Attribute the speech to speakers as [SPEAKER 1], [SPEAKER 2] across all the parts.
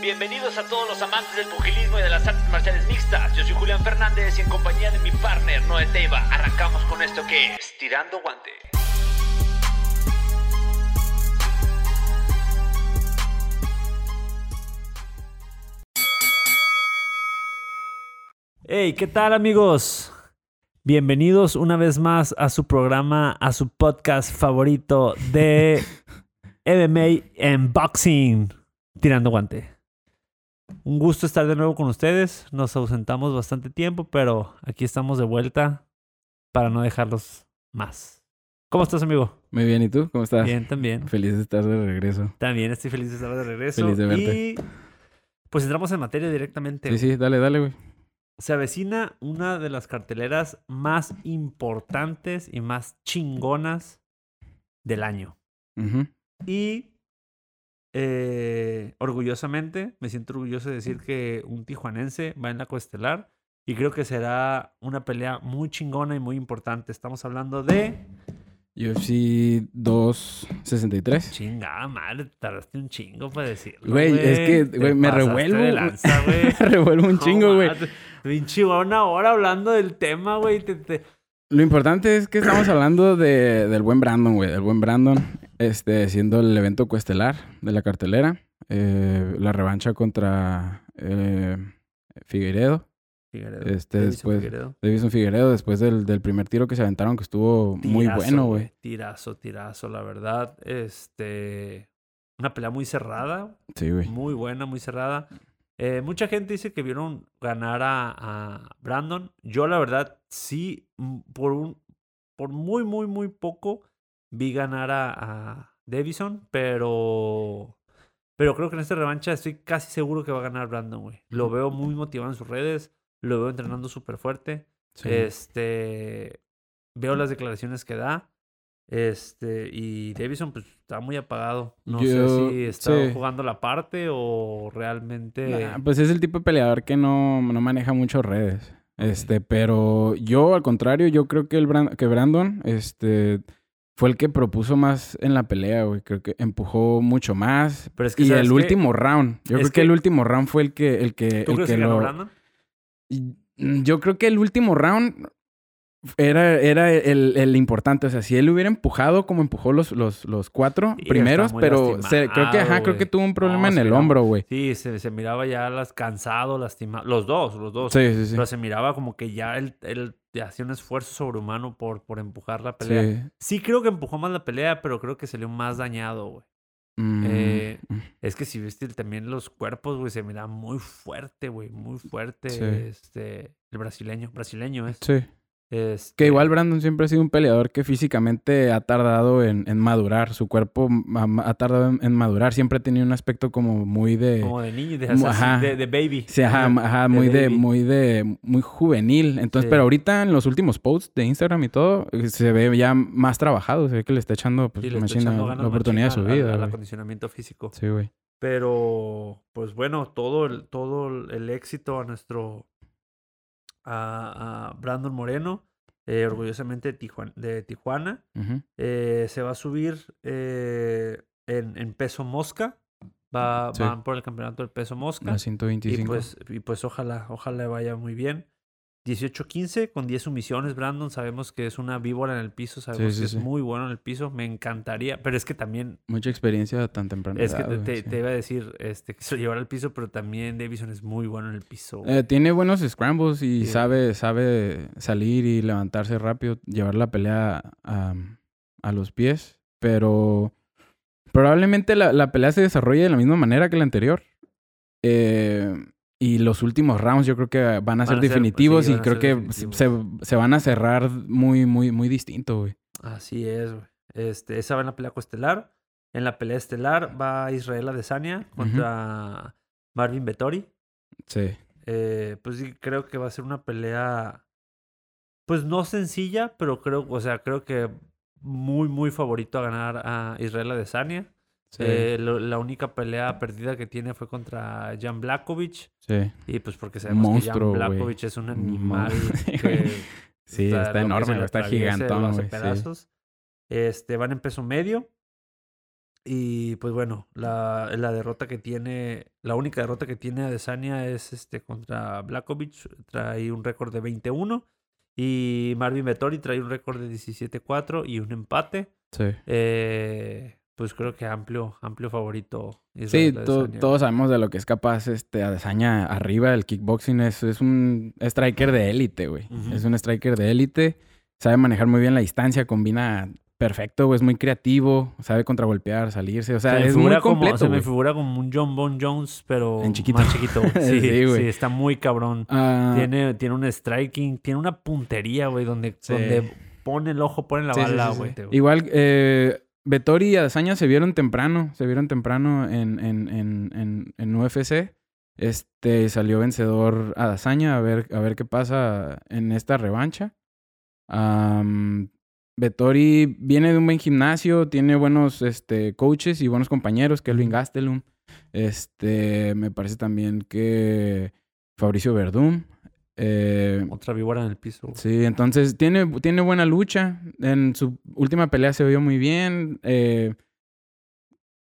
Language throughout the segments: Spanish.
[SPEAKER 1] Bienvenidos a todos los amantes del pugilismo y de las artes marciales mixtas. Yo soy Julián Fernández y en compañía de mi partner Noé Teiva arrancamos con esto que es Tirando Guante.
[SPEAKER 2] Hey, ¿qué tal amigos? Bienvenidos una vez más a su programa, a su podcast favorito de MMA Unboxing, Tirando Guante. Un gusto estar de nuevo con ustedes. Nos ausentamos bastante tiempo, pero aquí estamos de vuelta para no dejarlos más. ¿Cómo estás, amigo?
[SPEAKER 3] Muy bien, ¿y tú? ¿Cómo estás?
[SPEAKER 2] Bien, también.
[SPEAKER 3] Feliz de estar de regreso.
[SPEAKER 2] También estoy feliz de estar de regreso.
[SPEAKER 3] Feliz de verte.
[SPEAKER 2] Y pues entramos en materia directamente.
[SPEAKER 3] Sí, sí, dale, dale, güey.
[SPEAKER 2] Se avecina una de las carteleras más importantes y más chingonas del año.
[SPEAKER 3] Ujú.
[SPEAKER 2] Y eh, orgullosamente, me siento orgulloso de decir que un tijuanense va en la coestelar y creo que será una pelea muy chingona y muy importante. Estamos hablando de...
[SPEAKER 3] UFC 263.
[SPEAKER 2] Chingada madre, tardaste un chingo para decirlo.
[SPEAKER 3] Güey, es que,
[SPEAKER 2] Te
[SPEAKER 3] güey, me
[SPEAKER 2] pasaste
[SPEAKER 3] revuelvo,
[SPEAKER 2] de
[SPEAKER 3] güey.
[SPEAKER 2] lanza, güey.
[SPEAKER 3] Revuelvo un chingo, güey.
[SPEAKER 2] Pinche, va una hora hablando del tema, güey. te- te-
[SPEAKER 3] Lo importante es que estamos hablando de, del buen Brandon, güey. Del buen Brandon, este, siendo el evento cuestelar de la cartelera. Eh, la revancha contra eh, Figueiredo.
[SPEAKER 2] Figueredo,
[SPEAKER 3] Este,
[SPEAKER 2] Davison
[SPEAKER 3] después-
[SPEAKER 2] Figueredo.
[SPEAKER 3] Davison Figueiredo, después del, del primer tiro que se aventaron, que estuvo muy
[SPEAKER 2] Tirazo,
[SPEAKER 3] bueno, güey.
[SPEAKER 2] Tirazo, tirazo, la verdad. Este. Una pelea muy cerrada,
[SPEAKER 3] Sí, güey.
[SPEAKER 2] muy buena, muy cerrada. Eh, mucha gente dice que vieron ganar a, a Brandon. Yo, la verdad, sí, m- por un. Por muy, muy, muy poco vi ganar a, a Davison, pero. Pero creo que en esta revancha estoy casi seguro que va a ganar Brandon, güey. Lo
[SPEAKER 3] Ujú.
[SPEAKER 2] veo muy motivado en sus redes, lo veo entrenando súper fuerte.
[SPEAKER 3] Sí.
[SPEAKER 2] Este. Veo las declaraciones que da. Este. Y Davison, pues, está muy apagado. No sé
[SPEAKER 3] Yo-
[SPEAKER 2] si está
[SPEAKER 3] sí.
[SPEAKER 2] jugando la parte o realmente.
[SPEAKER 3] Nah, pues es el tipo de peleador que no, no maneja mucho redes. Este, pero yo, al contrario, yo creo que, el Bran- que Brandon este, fue el que propuso más en la pelea, güey. Creo que empujó mucho más.
[SPEAKER 2] Pero es que.
[SPEAKER 3] Y
[SPEAKER 2] ¿sabes
[SPEAKER 3] el
[SPEAKER 2] qué?
[SPEAKER 3] último round. Yo
[SPEAKER 2] es
[SPEAKER 3] creo que, el
[SPEAKER 2] que-
[SPEAKER 3] último round fue el que... El que
[SPEAKER 2] ¿Tú
[SPEAKER 3] el
[SPEAKER 2] crees
[SPEAKER 3] que
[SPEAKER 2] que ganó
[SPEAKER 3] lo-
[SPEAKER 2] Brandon?
[SPEAKER 3] y- mm, Yo creo que el último round era, era el, el importante. O sea, si él hubiera empujado como empujó los, los, los cuatro
[SPEAKER 2] Sí,
[SPEAKER 3] primeros,
[SPEAKER 2] está muy
[SPEAKER 3] pero se- creo que, ajá,
[SPEAKER 2] lastimado,
[SPEAKER 3] creo que
[SPEAKER 2] güey.
[SPEAKER 3] tuvo un problema
[SPEAKER 2] No,
[SPEAKER 3] en
[SPEAKER 2] sí,
[SPEAKER 3] el
[SPEAKER 2] no.
[SPEAKER 3] hombro, güey.
[SPEAKER 2] Sí, se, se miraba ya las, cansado, lastimado. Los dos, los dos.
[SPEAKER 3] Sí, sí, sí.
[SPEAKER 2] Pues, Pero se miraba como que ya él, él hacía un esfuerzo sobrehumano por, por empujar la pelea. Sí.
[SPEAKER 3] Sí.
[SPEAKER 2] creo que empujó más la pelea, pero creo que salió más dañado, güey.
[SPEAKER 3] Mm,
[SPEAKER 2] Eh,
[SPEAKER 3] mm.
[SPEAKER 2] Es que si viste el- también los cuerpos, güey, se mira muy fuerte, güey, muy fuerte.
[SPEAKER 3] Sí.
[SPEAKER 2] Este, el brasileño, brasileño es.
[SPEAKER 3] sí. Eh,
[SPEAKER 2] Este,
[SPEAKER 3] Que igual Brandon siempre ha sido un peleador que físicamente ha tardado en, en madurar. Su cuerpo ma- ma- ha, tardado en, en madurar. Siempre ha tenido un aspecto como muy de.
[SPEAKER 2] como de niño, de,
[SPEAKER 3] eh, mu-
[SPEAKER 2] así,
[SPEAKER 3] ajá.
[SPEAKER 2] de, de baby.
[SPEAKER 3] Sí, ajá,
[SPEAKER 2] Ajá,
[SPEAKER 3] ajá, muy de,
[SPEAKER 2] baby.
[SPEAKER 3] muy de, muy juvenil. Entonces,
[SPEAKER 2] Sí.
[SPEAKER 3] pero ahorita en los últimos posts de Instagram y todo, eh, se ve ya más trabajado. Se ve que le está echando, pues,
[SPEAKER 2] Sí, le está
[SPEAKER 3] machina,
[SPEAKER 2] echando ganas
[SPEAKER 3] la oportunidad de su
[SPEAKER 2] machín al- al-
[SPEAKER 3] vida.
[SPEAKER 2] al
[SPEAKER 3] güey.
[SPEAKER 2] acondicionamiento físico.
[SPEAKER 3] Sí, güey.
[SPEAKER 2] Pero, pues bueno, todo el, todo el el éxito a nuestro, a, a Brandon Moreno, eh, orgullosamente de Tijuan- de Tijuana.
[SPEAKER 3] Ujú.
[SPEAKER 2] eh, se va a subir eh, en, en peso mosca. Va,
[SPEAKER 3] Sí.
[SPEAKER 2] Van por el campeonato del peso mosca.
[SPEAKER 3] A 125.
[SPEAKER 2] Y pues, y pues ojalá, ojalá vaya muy bien. 18-15 con 10 sumisiones, Brandon. Sabemos que es una víbora en el piso, sabemos
[SPEAKER 3] sí,
[SPEAKER 2] que es
[SPEAKER 3] sí.
[SPEAKER 2] muy bueno en el piso. Me encantaría, pero es que también,
[SPEAKER 3] Mucha experiencia tan temprana.
[SPEAKER 2] es que
[SPEAKER 3] edad,
[SPEAKER 2] te,
[SPEAKER 3] güey,
[SPEAKER 2] te-
[SPEAKER 3] sí.
[SPEAKER 2] te iba a decir este, que se lo llevara al piso, pero también Davison es muy bueno en el piso. güey.
[SPEAKER 3] Eh, tiene buenos scrambles y
[SPEAKER 2] Sí.
[SPEAKER 3] sabe, sabe salir y levantarse rápido, llevar la pelea a, a los pies, pero probablemente la, la pelea se desarrolle de la misma manera que la anterior. Eh, y los últimos rounds yo creo que van a ser
[SPEAKER 2] a ser- pues,
[SPEAKER 3] definitivos
[SPEAKER 2] sí,
[SPEAKER 3] y
[SPEAKER 2] van a
[SPEAKER 3] creo
[SPEAKER 2] ser
[SPEAKER 3] que
[SPEAKER 2] definitivos.
[SPEAKER 3] se, se van a cerrar muy, muy, muy distinto, güey.
[SPEAKER 2] Así es, güey. Este, esa va en la pelea coestelar. En la pelea estelar va Israel Adesanya contra Marvin Vettori.
[SPEAKER 3] Sí.
[SPEAKER 2] Eh, pues sí, creo que va a ser una pelea, pues no sencilla, pero creo, o sea, creo que muy, muy favorito a ganar a Israel Adesanya.
[SPEAKER 3] Sí.
[SPEAKER 2] Eh, lo- la única pelea perdida que tiene fue contra Jan Blakovic.
[SPEAKER 3] sí.
[SPEAKER 2] Y pues porque sabemos
[SPEAKER 3] Monstruo,
[SPEAKER 2] que Jan
[SPEAKER 3] güey.
[SPEAKER 2] Blakovic es un animal
[SPEAKER 3] Mon-
[SPEAKER 2] que
[SPEAKER 3] Sí,
[SPEAKER 2] o sea, lo
[SPEAKER 3] está,
[SPEAKER 2] que se
[SPEAKER 3] enorme,
[SPEAKER 2] le
[SPEAKER 3] güey, está
[SPEAKER 2] atraviese, lo
[SPEAKER 3] gigantón,
[SPEAKER 2] hace
[SPEAKER 3] güey. sí.
[SPEAKER 2] pedazos. Este, van en peso medio. Y pues bueno, la, la derrota que tiene, la única derrota que tiene Adesanya es este contra Blakovic, trae un récord de 21 y Marvin Vettori trae un récord de 17-4 y un empate.
[SPEAKER 3] Sí.
[SPEAKER 2] Eh, pues creo que amplio, amplio favorito.
[SPEAKER 3] Sí,
[SPEAKER 2] Israel
[SPEAKER 3] to-
[SPEAKER 2] Adesanya.
[SPEAKER 3] todos sabemos de lo que es capaz este Adesanya arriba. El kickboxing es, es un striker de élite, güey.
[SPEAKER 2] Ujú.
[SPEAKER 3] Es un striker de élite. Sabe manejar muy bien la distancia, combina perfecto, güey. Es muy creativo, sabe contragolpear, salirse. O
[SPEAKER 2] Se
[SPEAKER 3] sea,
[SPEAKER 2] me
[SPEAKER 3] es muy
[SPEAKER 2] figura como-
[SPEAKER 3] completo,
[SPEAKER 2] se me
[SPEAKER 3] güey.
[SPEAKER 2] figura como un John Bon Jones, pero
[SPEAKER 3] En chiquito.
[SPEAKER 2] más chiquito. güey. Sí,
[SPEAKER 3] Sí,
[SPEAKER 2] sí,
[SPEAKER 3] güey.
[SPEAKER 2] está muy cabrón.
[SPEAKER 3] Ah,
[SPEAKER 2] Tiene, tiene un striking, tiene una puntería, güey, donde,
[SPEAKER 3] Sí.
[SPEAKER 2] donde pone el ojo, pone la
[SPEAKER 3] sí, sí,
[SPEAKER 2] bala,
[SPEAKER 3] sí, sí.
[SPEAKER 2] güey.
[SPEAKER 3] Igual, eh, Vettori y Adesanya se vieron temprano. Se vieron temprano en, en, en, en, en UFC. Este salió vencedor Adesanya. A ver, a ver qué pasa en esta revancha. Am, Vettori viene de un buen gimnasio, tiene buenos este, coaches y buenos compañeros, Kelvin Gastelum. Este, me parece también que Fabricio Verdum. Eh,
[SPEAKER 2] Otra víbora en el piso. güey.
[SPEAKER 3] Sí, entonces tiene, tiene buena lucha. En su última pelea se vio muy bien. Eh,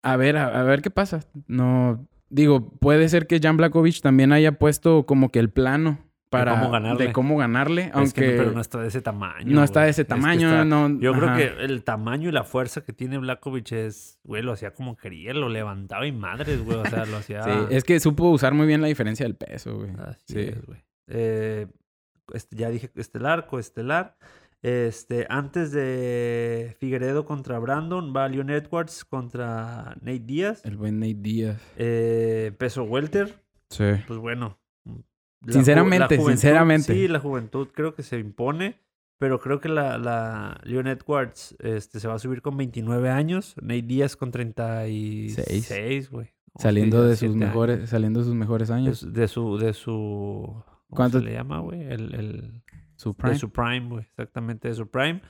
[SPEAKER 3] a ver, a, a ver qué pasa. No, digo, puede ser que Jan Blakovic también haya puesto como que el plano para
[SPEAKER 2] cómo ganarle.
[SPEAKER 3] de cómo ganarle,
[SPEAKER 2] Es que
[SPEAKER 3] aunque
[SPEAKER 2] no- pero no está de ese tamaño.
[SPEAKER 3] no está
[SPEAKER 2] güey.
[SPEAKER 3] de ese
[SPEAKER 2] Es que
[SPEAKER 3] tamaño.
[SPEAKER 2] está-
[SPEAKER 3] no,
[SPEAKER 2] Yo
[SPEAKER 3] ajá.
[SPEAKER 2] creo que el tamaño y la fuerza que tiene Blakovic es, güey, lo hacía como quería, lo levantaba y madres, güey. O sea, lo hacía.
[SPEAKER 3] Sí, es que supo usar muy bien la diferencia del peso, güey.
[SPEAKER 2] Así
[SPEAKER 3] Sí.
[SPEAKER 2] es, güey. Eh, este, ya dije estelar, coestelar. Este, antes de Figueredo contra Brandon, va Leon Edwards contra Nate Díaz.
[SPEAKER 3] El buen Nate Díaz.
[SPEAKER 2] Eh, peso welter,
[SPEAKER 3] Sí.
[SPEAKER 2] pues bueno. la ju- la
[SPEAKER 3] Sinceramente,
[SPEAKER 2] juventud-
[SPEAKER 3] sinceramente.
[SPEAKER 2] Sí, la juventud creo que se impone, pero creo que la, la Leon Edwards este, se va a subir con 29 años, Nate Díaz con 36, güey. O
[SPEAKER 3] Saliendo
[SPEAKER 2] sea,
[SPEAKER 3] de sus
[SPEAKER 2] siete años.
[SPEAKER 3] mejores, saliendo de sus mejores
[SPEAKER 2] De
[SPEAKER 3] años.
[SPEAKER 2] su, de su, de su ¿cómo
[SPEAKER 3] ¿Cuánto-
[SPEAKER 2] se le llama, güey? El, el-
[SPEAKER 3] Su prime.
[SPEAKER 2] De su prime, güey. Exactamente, de su prime.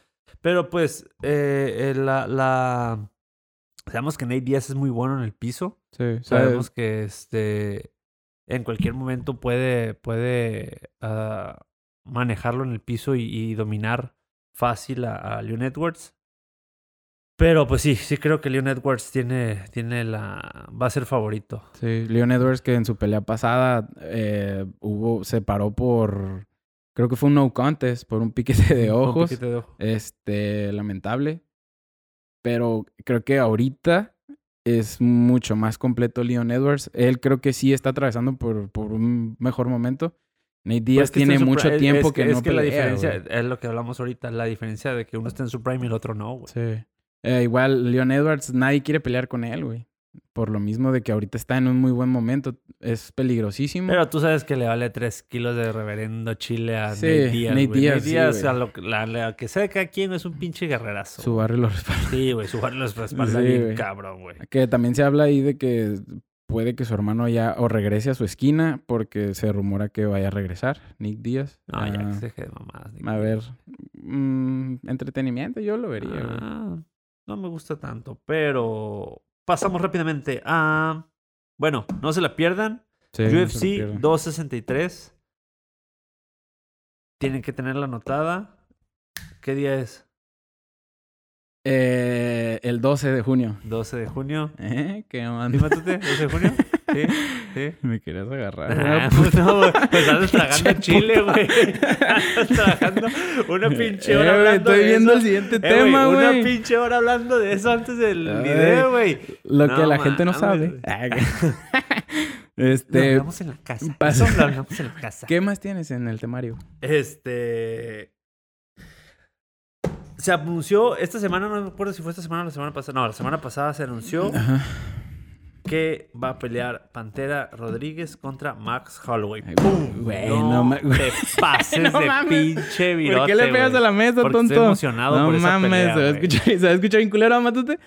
[SPEAKER 2] Pero pues, eh, eh, la, la... Sabemos que Nate Díaz es muy bueno en el piso.
[SPEAKER 3] Sí,
[SPEAKER 2] Sabemos
[SPEAKER 3] sabes.
[SPEAKER 2] que este... En cualquier momento puede, puede ah, manejarlo en el piso y, y dominar fácil a, a Leon Edwards. Pero pues sí, sí creo que Leon Edwards tiene, tiene la... va a ser favorito.
[SPEAKER 3] Sí, Leon Edwards que en su pelea pasada eh, hubo, se paró por, creo que fue un no contest, por un piquete de
[SPEAKER 2] Con
[SPEAKER 3] ojos,
[SPEAKER 2] piquete de ojo.
[SPEAKER 3] este, lamentable. Pero creo que ahorita es mucho más completo Leon Edwards. Él creo que sí está atravesando por, por un mejor momento. Nate Díaz
[SPEAKER 2] Pues que está
[SPEAKER 3] tiene
[SPEAKER 2] en su
[SPEAKER 3] mucho
[SPEAKER 2] pri- es-
[SPEAKER 3] tiempo
[SPEAKER 2] es
[SPEAKER 3] que, no
[SPEAKER 2] es que la
[SPEAKER 3] pelea,
[SPEAKER 2] diferencia
[SPEAKER 3] güey.
[SPEAKER 2] es lo que hablamos ahorita, la diferencia de que uno está en su prime y el otro no, güey.
[SPEAKER 3] Sí. Eh, igual, Leon Edwards, nadie quiere pelear con él, güey. Por lo mismo de que ahorita está en un muy buen momento. Es peligrosísimo.
[SPEAKER 2] Pero tú sabes que le vale 3 kilos de reverendo chile a
[SPEAKER 3] Sí,
[SPEAKER 2] Nate Díaz,
[SPEAKER 3] Nate
[SPEAKER 2] güey. Nate
[SPEAKER 3] Diaz, sí,
[SPEAKER 2] Díaz,
[SPEAKER 3] güey.
[SPEAKER 2] a lo que- la, la que sea de cada quien es un pinche guerrerazo.
[SPEAKER 3] Su barrio lo respalda.
[SPEAKER 2] Sí, güey, su barrio los respalda
[SPEAKER 3] Sí,
[SPEAKER 2] bien
[SPEAKER 3] güey.
[SPEAKER 2] cabrón, güey.
[SPEAKER 3] Que también se habla ahí de que puede que su hermano ya o regrese a su esquina porque se rumora que vaya a regresar, Nick Díaz.
[SPEAKER 2] No, ya
[SPEAKER 3] Ah,
[SPEAKER 2] que se deje de mamadas. ni-
[SPEAKER 3] A ver, mm, entretenimiento yo lo vería. güey.
[SPEAKER 2] Ah, no me gusta tanto, pero pasamos rápidamente a... Bueno, no se la pierdan.
[SPEAKER 3] Sí, no se lo
[SPEAKER 2] UFC
[SPEAKER 3] pierdan.
[SPEAKER 2] 263. Tienen que tenerla anotada. ¿Qué día es?
[SPEAKER 3] Eh, el 12 de junio.
[SPEAKER 2] 12 de junio.
[SPEAKER 3] ¿Eh? ¿Qué
[SPEAKER 2] ¿Sí,
[SPEAKER 3] onda?
[SPEAKER 2] Matute? 12 de junio? Sí, sí.
[SPEAKER 3] Me querías agarrar.
[SPEAKER 2] Ah,
[SPEAKER 3] güey.
[SPEAKER 2] pues no, güey. Pues andas
[SPEAKER 3] Pinche
[SPEAKER 2] tragando chile,
[SPEAKER 3] puto.
[SPEAKER 2] güey. Andas tragando una pinche hora
[SPEAKER 3] Eh, güey,
[SPEAKER 2] hablando
[SPEAKER 3] Estoy
[SPEAKER 2] de
[SPEAKER 3] viendo el
[SPEAKER 2] eso.
[SPEAKER 3] siguiente
[SPEAKER 2] Eh, güey,
[SPEAKER 3] tema,
[SPEAKER 2] una
[SPEAKER 3] güey.
[SPEAKER 2] pinche hora hablando de eso antes del
[SPEAKER 3] Ay,
[SPEAKER 2] video, güey.
[SPEAKER 3] Lo
[SPEAKER 2] No
[SPEAKER 3] que la gente no
[SPEAKER 2] mames,
[SPEAKER 3] sabe.
[SPEAKER 2] güey.
[SPEAKER 3] Ah,
[SPEAKER 2] Lo
[SPEAKER 3] este,
[SPEAKER 2] hablamos en la casa.
[SPEAKER 3] pasa-
[SPEAKER 2] Eso lo hablamos en la casa.
[SPEAKER 3] ¿qué más tienes en el temario?
[SPEAKER 2] Este. Se anunció esta semana, no me acuerdo si fue esta semana o la semana pasada. No, la semana pasada se anunció
[SPEAKER 3] Ajá.
[SPEAKER 2] que va a pelear Pantera Rodríguez contra Max Holloway.
[SPEAKER 3] Ay,
[SPEAKER 2] ¡Pum!
[SPEAKER 3] güey,
[SPEAKER 2] no,
[SPEAKER 3] no ma-
[SPEAKER 2] te pases
[SPEAKER 3] No
[SPEAKER 2] de
[SPEAKER 3] mames.
[SPEAKER 2] pinche virote,
[SPEAKER 3] ¿Por qué le pegas
[SPEAKER 2] güey.
[SPEAKER 3] a la mesa,
[SPEAKER 2] Porque
[SPEAKER 3] tonto?
[SPEAKER 2] Estoy emocionado
[SPEAKER 3] no
[SPEAKER 2] por esa
[SPEAKER 3] mames,
[SPEAKER 2] pelea,
[SPEAKER 3] se va a
[SPEAKER 2] güey.
[SPEAKER 3] escuchar, se va a escuchar bien culero, mátate.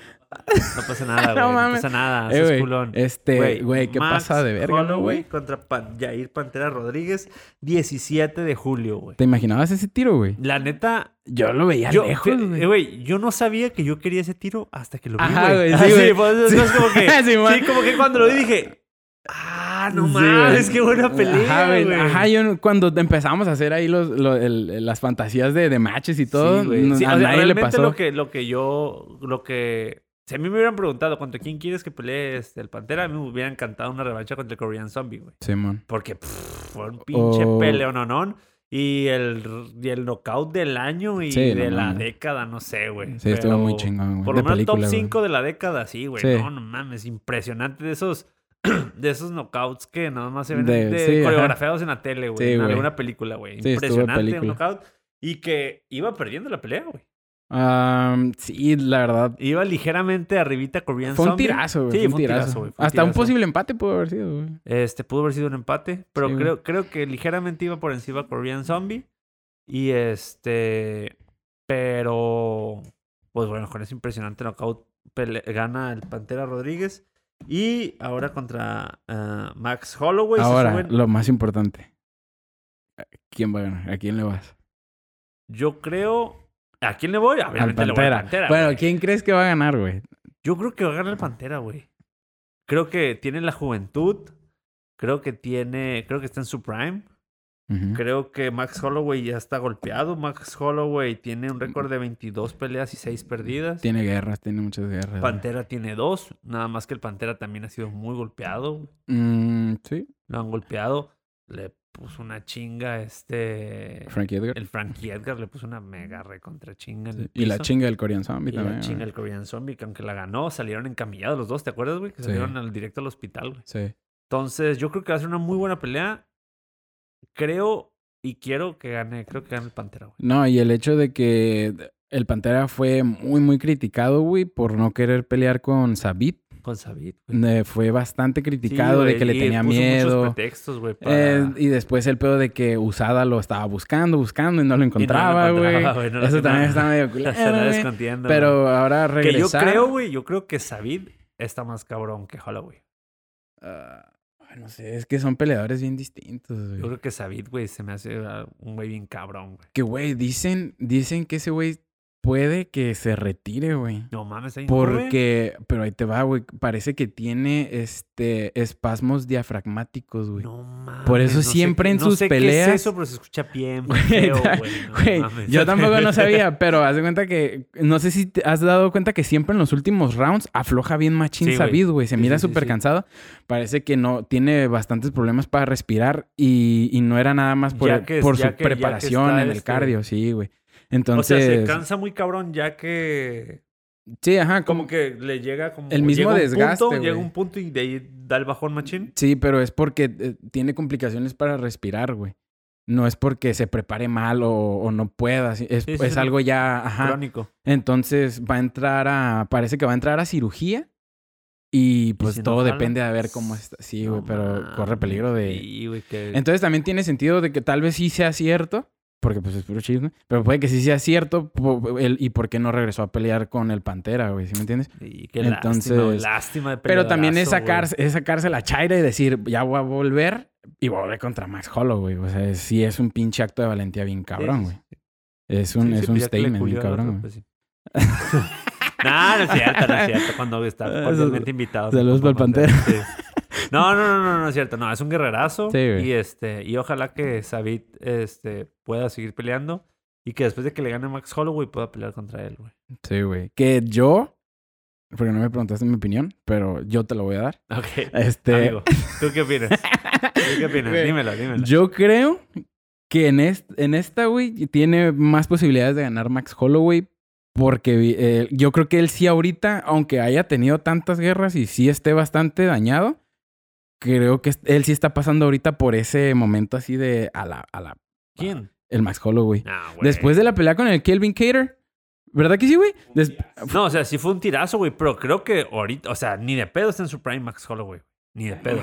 [SPEAKER 2] No pasa nada,
[SPEAKER 3] No
[SPEAKER 2] güey. No,
[SPEAKER 3] mames.
[SPEAKER 2] pasa nada.
[SPEAKER 3] Eh,
[SPEAKER 2] seas
[SPEAKER 3] güey,
[SPEAKER 2] Ah, culón.
[SPEAKER 3] este, güey, ¿qué
[SPEAKER 2] Max
[SPEAKER 3] pasa de verga, no,
[SPEAKER 2] Holloway
[SPEAKER 3] güey?
[SPEAKER 2] contra Pan- Jair Pantera Rodríguez, 17 de julio, güey.
[SPEAKER 3] ¿Te imaginabas ese tiro, güey?
[SPEAKER 2] La neta,
[SPEAKER 3] Yo lo veía
[SPEAKER 2] Yo,
[SPEAKER 3] lejos,
[SPEAKER 2] fe- eh,
[SPEAKER 3] güey.
[SPEAKER 2] güey, yo no sabía que yo quería ese tiro hasta que lo vi,
[SPEAKER 3] Ajá,
[SPEAKER 2] güey.
[SPEAKER 3] güey, sí,
[SPEAKER 2] Así,
[SPEAKER 3] güey.
[SPEAKER 2] pues, eso
[SPEAKER 3] Sí.
[SPEAKER 2] es como que,
[SPEAKER 3] Sí, man.
[SPEAKER 2] sí, como que cuando lo vi dije, ah, no
[SPEAKER 3] Sí,
[SPEAKER 2] mames,
[SPEAKER 3] güey.
[SPEAKER 2] qué buena pelea,
[SPEAKER 3] Ajá,
[SPEAKER 2] güey.
[SPEAKER 3] Ajá, yo no- cuando empezamos a hacer ahí los, lo- el- las fantasías de, de matches y todo,
[SPEAKER 2] Sí, güey.
[SPEAKER 3] no-
[SPEAKER 2] Sí,
[SPEAKER 3] a
[SPEAKER 2] o sea,
[SPEAKER 3] nadie le
[SPEAKER 2] realmente
[SPEAKER 3] pasó.
[SPEAKER 2] Lo que, lo que yo, lo que Si a mí me hubieran preguntado contra quién quieres que pelee este, el Pantera, a mí me hubiera encantado una revancha contra el Korean Zombie, güey.
[SPEAKER 3] Simón.
[SPEAKER 2] Porque pff, fue un pinche
[SPEAKER 3] O-
[SPEAKER 2] peleononón. Y el, y el knockout del año y
[SPEAKER 3] Sí, no
[SPEAKER 2] de la
[SPEAKER 3] mames.
[SPEAKER 2] década, no sé, güey.
[SPEAKER 3] Sí, estuvo muy
[SPEAKER 2] Pero-
[SPEAKER 3] chingón, güey.
[SPEAKER 2] por
[SPEAKER 3] De
[SPEAKER 2] lo menos
[SPEAKER 3] película,
[SPEAKER 2] top
[SPEAKER 3] güey.
[SPEAKER 2] 5 de la década, sí, güey.
[SPEAKER 3] Sí.
[SPEAKER 2] No, no mames, impresionante de esos de esos knockouts que nada más se ven
[SPEAKER 3] De-
[SPEAKER 2] de
[SPEAKER 3] sí, ajá.
[SPEAKER 2] coreografiados en la tele, güey.
[SPEAKER 3] Sí,
[SPEAKER 2] en
[SPEAKER 3] güey.
[SPEAKER 2] alguna película, güey.
[SPEAKER 3] Sí, estuvo en
[SPEAKER 2] Impresionante un
[SPEAKER 3] película.
[SPEAKER 2] knockout. Y que iba perdiendo la pelea, güey.
[SPEAKER 3] Am, sí, la verdad.
[SPEAKER 2] Iba ligeramente arribita Korean
[SPEAKER 3] Fue un
[SPEAKER 2] Zombie.
[SPEAKER 3] tirazo, güey.
[SPEAKER 2] Sí,
[SPEAKER 3] fue un tirazo.
[SPEAKER 2] güey, fue
[SPEAKER 3] Hasta un
[SPEAKER 2] tirazo.
[SPEAKER 3] posible empate pudo haber sido, güey.
[SPEAKER 2] Este, pudo haber sido un empate, pero
[SPEAKER 3] Sí, güey.
[SPEAKER 2] creo, creo que ligeramente iba por encima Korean Zombie. Y este, pero, pues bueno, con ese impresionante knockout pele- gana el Pantera Rodríguez. Y ahora contra ah, Max Holloway. se
[SPEAKER 3] Ahora,
[SPEAKER 2] suben.
[SPEAKER 3] lo más importante. ¿Quién va a ganar? ¿A quién le vas?
[SPEAKER 2] Yo creo... ¿A quién le voy?
[SPEAKER 3] Al
[SPEAKER 2] Obviamente le voy
[SPEAKER 3] Pantera.
[SPEAKER 2] al Pantera.
[SPEAKER 3] bueno,
[SPEAKER 2] güey.
[SPEAKER 3] ¿quién crees que va a ganar, güey?
[SPEAKER 2] Yo creo que va a ganar el Pantera, güey. Creo que tiene la juventud. Creo que tiene... Creo que está en su prime.
[SPEAKER 3] Ujú.
[SPEAKER 2] Creo que Max Holloway ya está golpeado. Max Holloway tiene un récord de 22 peleas y 6 perdidas.
[SPEAKER 3] Tiene guerras, tiene muchas guerras. güey.
[SPEAKER 2] Pantera tiene 2. Nada más que el Pantera también ha sido muy golpeado.
[SPEAKER 3] Mm, sí,
[SPEAKER 2] Lo han golpeado. Le puso una chinga este...
[SPEAKER 3] Frankie Edgar.
[SPEAKER 2] El Frankie Edgar le puso una mega recontra chinga. en
[SPEAKER 3] Sí.
[SPEAKER 2] el
[SPEAKER 3] Y la
[SPEAKER 2] piso.
[SPEAKER 3] chinga del Korean Zombie
[SPEAKER 2] Y la
[SPEAKER 3] también. güey.
[SPEAKER 2] chinga el Korean Zombie, que aunque la ganó, salieron encamillados los dos. ¿Te acuerdas, güey? Que
[SPEAKER 3] Sí.
[SPEAKER 2] salieron al directo al hospital, güey.
[SPEAKER 3] Sí.
[SPEAKER 2] Entonces, yo creo que va a ser una muy buena pelea. Creo y quiero que gane. Creo que gane el Pantera, güey.
[SPEAKER 3] No, y el hecho de que el Pantera fue muy, muy criticado, güey, por no querer pelear con Sabit.
[SPEAKER 2] Con Sabit, güey.
[SPEAKER 3] Eh, fue bastante
[SPEAKER 2] Sí,
[SPEAKER 3] criticado de
[SPEAKER 2] güey,
[SPEAKER 3] que le
[SPEAKER 2] y
[SPEAKER 3] tenía
[SPEAKER 2] puso
[SPEAKER 3] miedo.
[SPEAKER 2] Muchos pretextos, güey, para-
[SPEAKER 3] Eh, y después el pedo de que Usada lo estaba buscando, buscando y no lo encontraba, güey.
[SPEAKER 2] encontraba, güey, no lo
[SPEAKER 3] Eso también está
[SPEAKER 2] encontraba.
[SPEAKER 3] medio
[SPEAKER 2] Se
[SPEAKER 3] culero,
[SPEAKER 2] andaba
[SPEAKER 3] eh, güey.
[SPEAKER 2] escondiendo, güey.
[SPEAKER 3] Pero ahora
[SPEAKER 2] que yo
[SPEAKER 3] regresar...
[SPEAKER 2] creo, güey, yo creo que Sabid está más cabrón que Holloway.
[SPEAKER 3] Ah, ay, no sé, es que son peleadores bien distintos,
[SPEAKER 2] Yo
[SPEAKER 3] güey.
[SPEAKER 2] creo que Sabid, güey, se me hace ah, un güey bien cabrón, güey.
[SPEAKER 3] Que, güey, dicen, dicen que ese güey puede que se retire, güey.
[SPEAKER 2] No mames, ahí no, güey.
[SPEAKER 3] Porque, pero ahí te va, güey. Parece que tiene este espasmos diafragmáticos, güey.
[SPEAKER 2] No mames.
[SPEAKER 3] Por eso
[SPEAKER 2] no
[SPEAKER 3] siempre
[SPEAKER 2] qué-
[SPEAKER 3] en
[SPEAKER 2] no
[SPEAKER 3] sus
[SPEAKER 2] sé Qué
[SPEAKER 3] peleas-
[SPEAKER 2] es eso, pero se escucha bien
[SPEAKER 3] Güey,
[SPEAKER 2] feo,
[SPEAKER 3] ta-
[SPEAKER 2] güey. no
[SPEAKER 3] Güey,
[SPEAKER 2] mames.
[SPEAKER 3] yo tampoco no sabía, pero haz de cuenta que no sé si te has dado cuenta que siempre en los últimos rounds afloja bien machín
[SPEAKER 2] Sí, güey.
[SPEAKER 3] Sabid, güey. Se
[SPEAKER 2] Sí,
[SPEAKER 3] mira
[SPEAKER 2] sí, sí,
[SPEAKER 3] súper
[SPEAKER 2] sí.
[SPEAKER 3] cansado. Parece que no tiene bastantes problemas para respirar y, y no era nada más por,
[SPEAKER 2] Ya que-
[SPEAKER 3] por
[SPEAKER 2] ya que-
[SPEAKER 3] su
[SPEAKER 2] ya que
[SPEAKER 3] preparación
[SPEAKER 2] está
[SPEAKER 3] en el
[SPEAKER 2] este-
[SPEAKER 3] cardio, sí, güey.
[SPEAKER 2] O
[SPEAKER 3] Entonces,
[SPEAKER 2] sea, se cansa muy cabrón ya que...
[SPEAKER 3] sí, ajá, como
[SPEAKER 2] Como que le llega como...
[SPEAKER 3] El mismo
[SPEAKER 2] llega un
[SPEAKER 3] desgaste,
[SPEAKER 2] punto,
[SPEAKER 3] güey.
[SPEAKER 2] Llega un punto y de ahí da el bajón machín.
[SPEAKER 3] Sí, pero es porque eh, tiene complicaciones para respirar, güey. No es porque se prepare mal o, o no pueda. sí, Es,
[SPEAKER 2] Sí, sí,
[SPEAKER 3] es
[SPEAKER 2] sí.
[SPEAKER 3] algo ya. Ajá.
[SPEAKER 2] Crónico.
[SPEAKER 3] Entonces va a entrar a. Parece que va a entrar a cirugía. Y pues
[SPEAKER 2] si no
[SPEAKER 3] todo
[SPEAKER 2] jala?
[SPEAKER 3] depende de ver cómo está. Sí,
[SPEAKER 2] No
[SPEAKER 3] güey, pero corre
[SPEAKER 2] mames,
[SPEAKER 3] peligro de.
[SPEAKER 2] sí, güey, que-
[SPEAKER 3] Entonces también tiene sentido de que tal vez sí sea cierto. Porque pues es puro chisme. Pero puede que sí sea cierto. po- el- y por qué no regresó a pelear con el Pantera, güey. ¿Sí me entiendes?
[SPEAKER 2] Sí, qué
[SPEAKER 3] Entonces-
[SPEAKER 2] lástima, güey, lástima de
[SPEAKER 3] Pero también es
[SPEAKER 2] peleadorazo, güey.
[SPEAKER 3] sacarse, es sacarse la chaira y decir, ya voy a volver y voy a volver contra Max Holloway. O sea, es- sí es un pinche acto de valentía bien cabrón,
[SPEAKER 2] sí,
[SPEAKER 3] güey. Es un,
[SPEAKER 2] Sí,
[SPEAKER 3] es
[SPEAKER 2] sí, pues
[SPEAKER 3] un
[SPEAKER 2] ya que le
[SPEAKER 3] statement bien
[SPEAKER 2] culió al
[SPEAKER 3] cabrón,
[SPEAKER 2] otro,
[SPEAKER 3] güey.
[SPEAKER 2] pues sí. no, no es cierto, no es cierto. Cuando está
[SPEAKER 3] Ah,
[SPEAKER 2] cordialmente invitado.
[SPEAKER 3] saludos
[SPEAKER 2] por
[SPEAKER 3] pa'l
[SPEAKER 2] Pantera. Sí. No, no, no, no, no es cierto. No, es un guerrerazo.
[SPEAKER 3] Sí, güey.
[SPEAKER 2] y este, y ojalá que Sabit este, pueda seguir peleando. Y que después de que le gane Max Holloway pueda pelear contra él, güey.
[SPEAKER 3] Sí, güey. Que yo, porque no me preguntaste mi opinión, pero yo te lo voy a dar.
[SPEAKER 2] Ok.
[SPEAKER 3] Este,
[SPEAKER 2] Amigo, ¿tú qué opinas? ¿Tú qué opinas?
[SPEAKER 3] Güey,
[SPEAKER 2] Dímelo, dímelo.
[SPEAKER 3] yo creo que en, est- en esta, güey, tiene más posibilidades de ganar Max Holloway. Porque vi- eh, yo creo que él sí ahorita, aunque haya tenido tantas guerras y sí esté bastante dañado, creo que est- él sí está pasando ahorita por ese momento así de a la, a la
[SPEAKER 2] ¿Quién?
[SPEAKER 3] el Max Holloway.
[SPEAKER 2] Nah, Ah, güey.
[SPEAKER 3] Después de la pelea con el Kelvin Cater, ¿verdad que sí, güey? Des-
[SPEAKER 2] No, o sea, sí fue un tirazo, güey, pero creo que ahorita, o sea, ni de pedo está en su Prime Max Holloway. Ni de pedo.